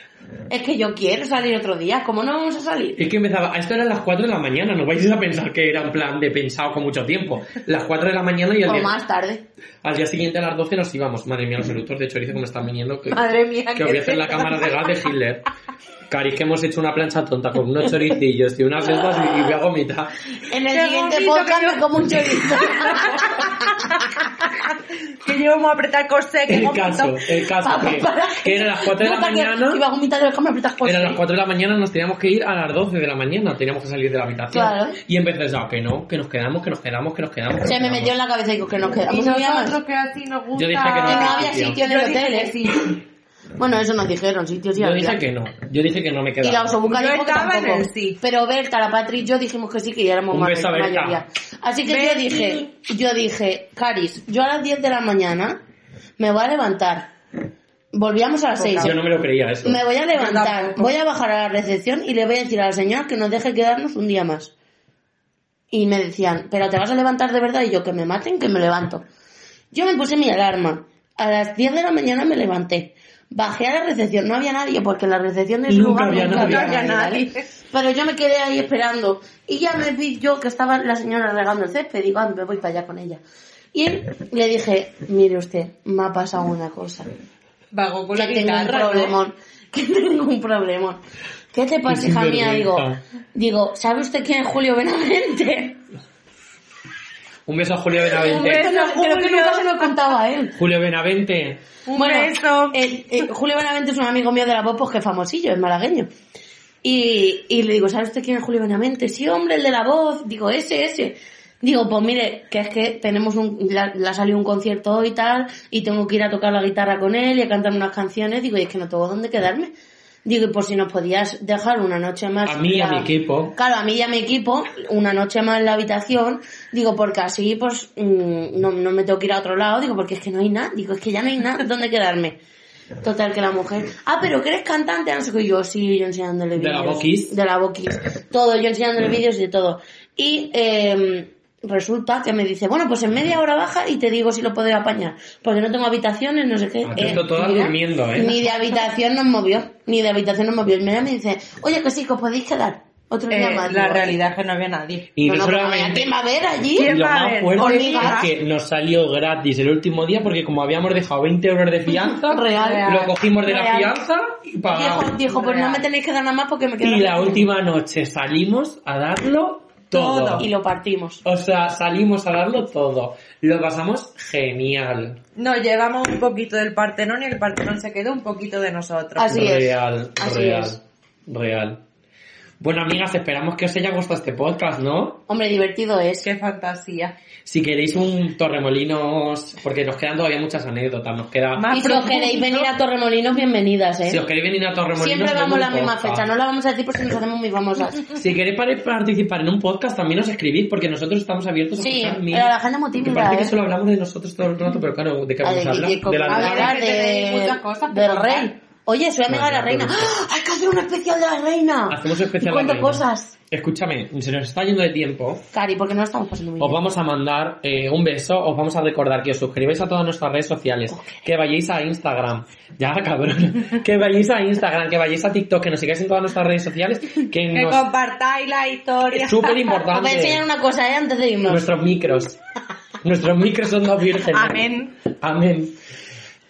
Speaker 3: Es que yo quiero salir otro día. ¿Cómo no vamos a salir?
Speaker 2: Es que empezaba, a esto eran las 4 de la mañana, no vais a pensar que era en plan de pensado con mucho tiempo. Las 4 de la mañana y al
Speaker 3: O
Speaker 2: día,
Speaker 3: más tarde.
Speaker 2: al día siguiente a las 12 nos íbamos. Madre mía, los eructos de chorizo que me están viniendo. Que,
Speaker 4: Madre mía,
Speaker 2: que os voy a hacer la cámara de gas de Hitler. Cari, es que hemos hecho una plancha tonta con unos choricillos y unas lenguas y, y voy a vomitar.
Speaker 3: En el
Speaker 4: Qué
Speaker 3: siguiente
Speaker 4: bonito que
Speaker 3: podcast
Speaker 4: yo-
Speaker 3: me como un chorizo.
Speaker 4: Que llevamos a apretar corsé, que
Speaker 2: El
Speaker 4: hemos
Speaker 2: caso, eh.
Speaker 4: visto-
Speaker 2: el caso,
Speaker 3: Para-
Speaker 2: que,
Speaker 3: para-
Speaker 2: que eran las 4 de
Speaker 3: No,
Speaker 2: la
Speaker 3: para que-
Speaker 2: mañana.
Speaker 3: Si vas a vomitar, deja que me aprietas cosas.
Speaker 2: Eran las 4 de la mañana, nos teníamos que ir a las 12 de la mañana, teníamos que salir de la habitación.
Speaker 3: Claro.
Speaker 2: Y empecé a que no, que nos quedamos, que nos quedamos, que nos quedamos. que
Speaker 3: Se
Speaker 2: nos
Speaker 3: me
Speaker 2: quedamos.
Speaker 3: metió en la cabeza y digo que nos quedamos.
Speaker 4: Y
Speaker 3: No había más.
Speaker 4: nosotros que así nos gusta.
Speaker 2: Yo dije que no
Speaker 3: Que no
Speaker 2: había
Speaker 3: había
Speaker 2: sitio.
Speaker 3: sitio en el
Speaker 4: Yo dije
Speaker 3: hotel,
Speaker 4: que
Speaker 3: ¿eh?
Speaker 4: sí.
Speaker 3: Bueno, eso nos dijeron, sitios sí
Speaker 2: Yo
Speaker 3: había.
Speaker 2: dije que no, yo dije que no me
Speaker 3: Y la
Speaker 2: quedaba.
Speaker 3: osobuca
Speaker 4: Yo
Speaker 3: dijo que
Speaker 4: estaba en
Speaker 3: tampoco.
Speaker 4: el sí.
Speaker 3: Pero Berta, la Patri y yo dijimos que sí, que ya éramos
Speaker 2: Un
Speaker 3: más
Speaker 2: beso a Berta.
Speaker 3: mayoría. Así que yo
Speaker 4: Berti.
Speaker 3: dije, yo dije, Caris, yo a las 10 de la mañana me voy a levantar. Volvíamos a las
Speaker 4: Pues
Speaker 3: 6.
Speaker 2: Yo no me lo creía eso.
Speaker 3: Me voy a
Speaker 4: Yo
Speaker 3: levantar,
Speaker 4: tampoco.
Speaker 3: voy a bajar a la recepción y le voy a decir a la señora que nos deje quedarnos un día más. Y me decían, ¿pero te vas a levantar de verdad? Y yo, que me maten, que me levanto. Yo me puse mi alarma. A las 10 de la mañana me levanté. Bajé a la recepción, no había nadie, porque en la recepción de ese
Speaker 2: Nunca
Speaker 3: lugar
Speaker 2: había
Speaker 3: nunca
Speaker 2: nadie.
Speaker 3: había
Speaker 4: Nunca había
Speaker 3: nadie,
Speaker 4: nadie.
Speaker 3: ¿vale? Pero yo me quedé ahí esperando. Y ya me vi yo que estaba la señora regando el césped. Digo, ah, me voy para allá con ella. Y le dije, mire usted, me ha pasado una cosa
Speaker 4: Vago con la
Speaker 3: que tengo un
Speaker 4: guitarra, ¿eh? ¿no?
Speaker 3: problemón. Que tengo un problemón. ¿Qué te pasa,
Speaker 2: Qué
Speaker 3: hija mía? Digo,
Speaker 2: vergüenza.
Speaker 3: digo, ¿sabe usted quién es Julio Benavente?
Speaker 2: Un beso a Julio
Speaker 3: Pero
Speaker 2: Benavente.
Speaker 4: beso.
Speaker 3: creo que
Speaker 4: Julio.
Speaker 3: nunca se lo contaba a él.
Speaker 2: Julio Benavente.
Speaker 4: Un
Speaker 3: bueno, eh,
Speaker 4: beso.
Speaker 3: el- el Julio Benavente es un amigo mío de la voz, pues que es famosillo, es malagueño. Y, y le digo, ¿sabe usted quién es Julio Benavente? Sí, hombre, el de la voz. Digo, ese, ese. Digo, pues mire, que es que tenemos un, la, la salió un concierto hoy y tal, y tengo que ir a tocar la guitarra con él y a cantar unas canciones. Digo, y es que no tengo dónde quedarme. Digo, y por si nos podías dejar una noche más.
Speaker 2: A mí y a mi equipo.
Speaker 3: Claro, a mí y a mi equipo, una noche más en la habitación, digo, porque así pues mm, no, no me tengo que ir a otro lado, digo, porque es que no hay nada, digo, es que ya no hay nada donde quedarme. Total que la mujer, ah, pero que eres cantante, no sé qué, Y yo sí, yo enseñándole
Speaker 2: De la
Speaker 3: vídeos.
Speaker 2: Boquis. Mm.
Speaker 3: De la boquis. Todo, yo enseñándole vídeos de todo. Y eh, resulta que me dice, bueno, pues en media hora baja y te digo si lo puedo apañar, porque no tengo habitaciones, no sé qué.
Speaker 2: Ah, tú esto todas
Speaker 3: mira,
Speaker 2: durmiendo, ¿eh?
Speaker 3: Ni de habitación nos movió, ni de habitación nos movió. Y mira, me dice, oye, que sí, que os podéis quedar. Otro día
Speaker 4: Eh,
Speaker 3: más.
Speaker 4: la
Speaker 3: Digo,
Speaker 4: realidad es que no había nadie.
Speaker 2: Y
Speaker 3: no,
Speaker 2: no,
Speaker 3: no, pero vaya,
Speaker 2: solamente.
Speaker 3: ¿Quién va a ver allí?
Speaker 4: ¿Quién
Speaker 2: Lo
Speaker 4: va a
Speaker 2: más
Speaker 4: ver?
Speaker 2: fuerte
Speaker 3: Hormigas.
Speaker 2: es que nos salió gratis el último día porque como habíamos dejado 20 euros de fianza,
Speaker 3: Real.
Speaker 2: lo cogimos de la
Speaker 3: Real.
Speaker 2: fianza y pagamos.
Speaker 3: Dijo, dijo, pues no me tenéis que dar nada más porque me quedo.
Speaker 2: Y
Speaker 3: aquí.
Speaker 2: la última noche salimos a darlo todo.
Speaker 3: Y lo partimos.
Speaker 2: O sea, salimos a darlo todo. Lo pasamos genial.
Speaker 4: Nos llevamos un poquito del Partenón y el Partenón se quedó un poquito de nosotros.
Speaker 3: Así es.
Speaker 2: real,
Speaker 3: Así
Speaker 2: real,
Speaker 3: es.
Speaker 2: real. Bueno, amigas, esperamos que os haya gustado este podcast, ¿no?
Speaker 3: Hombre, divertido es.
Speaker 4: Qué fantasía.
Speaker 2: Si queréis un Torremolinos, porque nos quedan todavía muchas anécdotas, nos queda...
Speaker 4: Más
Speaker 3: Y si os queréis venir a Torremolinos, bienvenidas, ¿eh?
Speaker 2: Si os queréis venir a Torremolinos...
Speaker 3: Siempre
Speaker 2: tengo
Speaker 3: vamos
Speaker 2: un
Speaker 3: la misma
Speaker 2: podcast.
Speaker 3: fecha, no la vamos a decir por si nos hacemos muy famosas.
Speaker 2: Si queréis par- participar en un podcast, también os escribid, porque nosotros estamos abiertos a
Speaker 3: Sí,
Speaker 2: escuchar mil-
Speaker 3: pero la gente es muy
Speaker 2: Me
Speaker 3: tímida,
Speaker 2: parece
Speaker 3: ¿eh?
Speaker 2: que solo hablamos de nosotros todo el rato, pero claro, ¿de qué
Speaker 3: Ay,
Speaker 2: vamos a hablar?
Speaker 3: de-
Speaker 2: De la
Speaker 3: vamos a
Speaker 2: reina.
Speaker 3: hablar
Speaker 4: que
Speaker 3: de-
Speaker 4: tenéis muchas cosas que
Speaker 3: del
Speaker 4: contar.
Speaker 3: rey. Oye, soy amiga de la
Speaker 2: Bueno,
Speaker 3: reina.
Speaker 2: pero-
Speaker 3: ¡Ah! Hay que hacer un especial de la reina.
Speaker 2: Hacemos un especial
Speaker 3: ¿Y cuánto
Speaker 2: de la reina.
Speaker 3: cosas?
Speaker 2: Escúchame, se nos está yendo de tiempo.
Speaker 3: Cari, porque no lo estamos pasando muy
Speaker 2: Os
Speaker 3: bien.
Speaker 2: vamos a mandar eh, un beso, os vamos a recordar que os suscribáis a todas nuestras redes sociales, que vayáis a Instagram, ya cabrón, que vayáis a Instagram, que vayáis a TikTok, que nos sigáis en todas nuestras redes sociales, que
Speaker 4: Que
Speaker 2: nos...
Speaker 4: compartáis la historia.
Speaker 2: Es súper
Speaker 3: Os voy a enseñar
Speaker 2: importante. Pues,
Speaker 3: una cosa, ¿eh? Antes de irnos.
Speaker 2: Nuestros micros. Nuestros micros son dos vírgenes.
Speaker 4: Amén.
Speaker 2: Amén.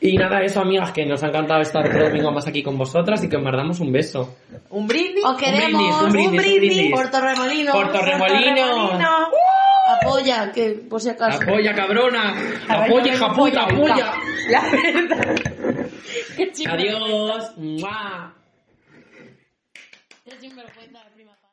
Speaker 2: Y nada, eso, amigas, que nos ha encantado estar otro domingo más aquí con vosotras y que os mandamos un beso.
Speaker 4: Un brindis.
Speaker 3: Os queremos.
Speaker 2: un brindis, un brindis.
Speaker 3: por Torremolinos.
Speaker 2: Por ¡Uh! Torremolinos.
Speaker 4: Torremolino.
Speaker 3: Apoya, que por si acaso.
Speaker 2: Apoya, cabrona.
Speaker 4: Ahora yo
Speaker 2: Apoya,
Speaker 4: me
Speaker 2: hija
Speaker 4: voy
Speaker 2: puta,
Speaker 4: a buscar.
Speaker 2: apoya.
Speaker 4: La verdad.
Speaker 2: Adiós. Mua.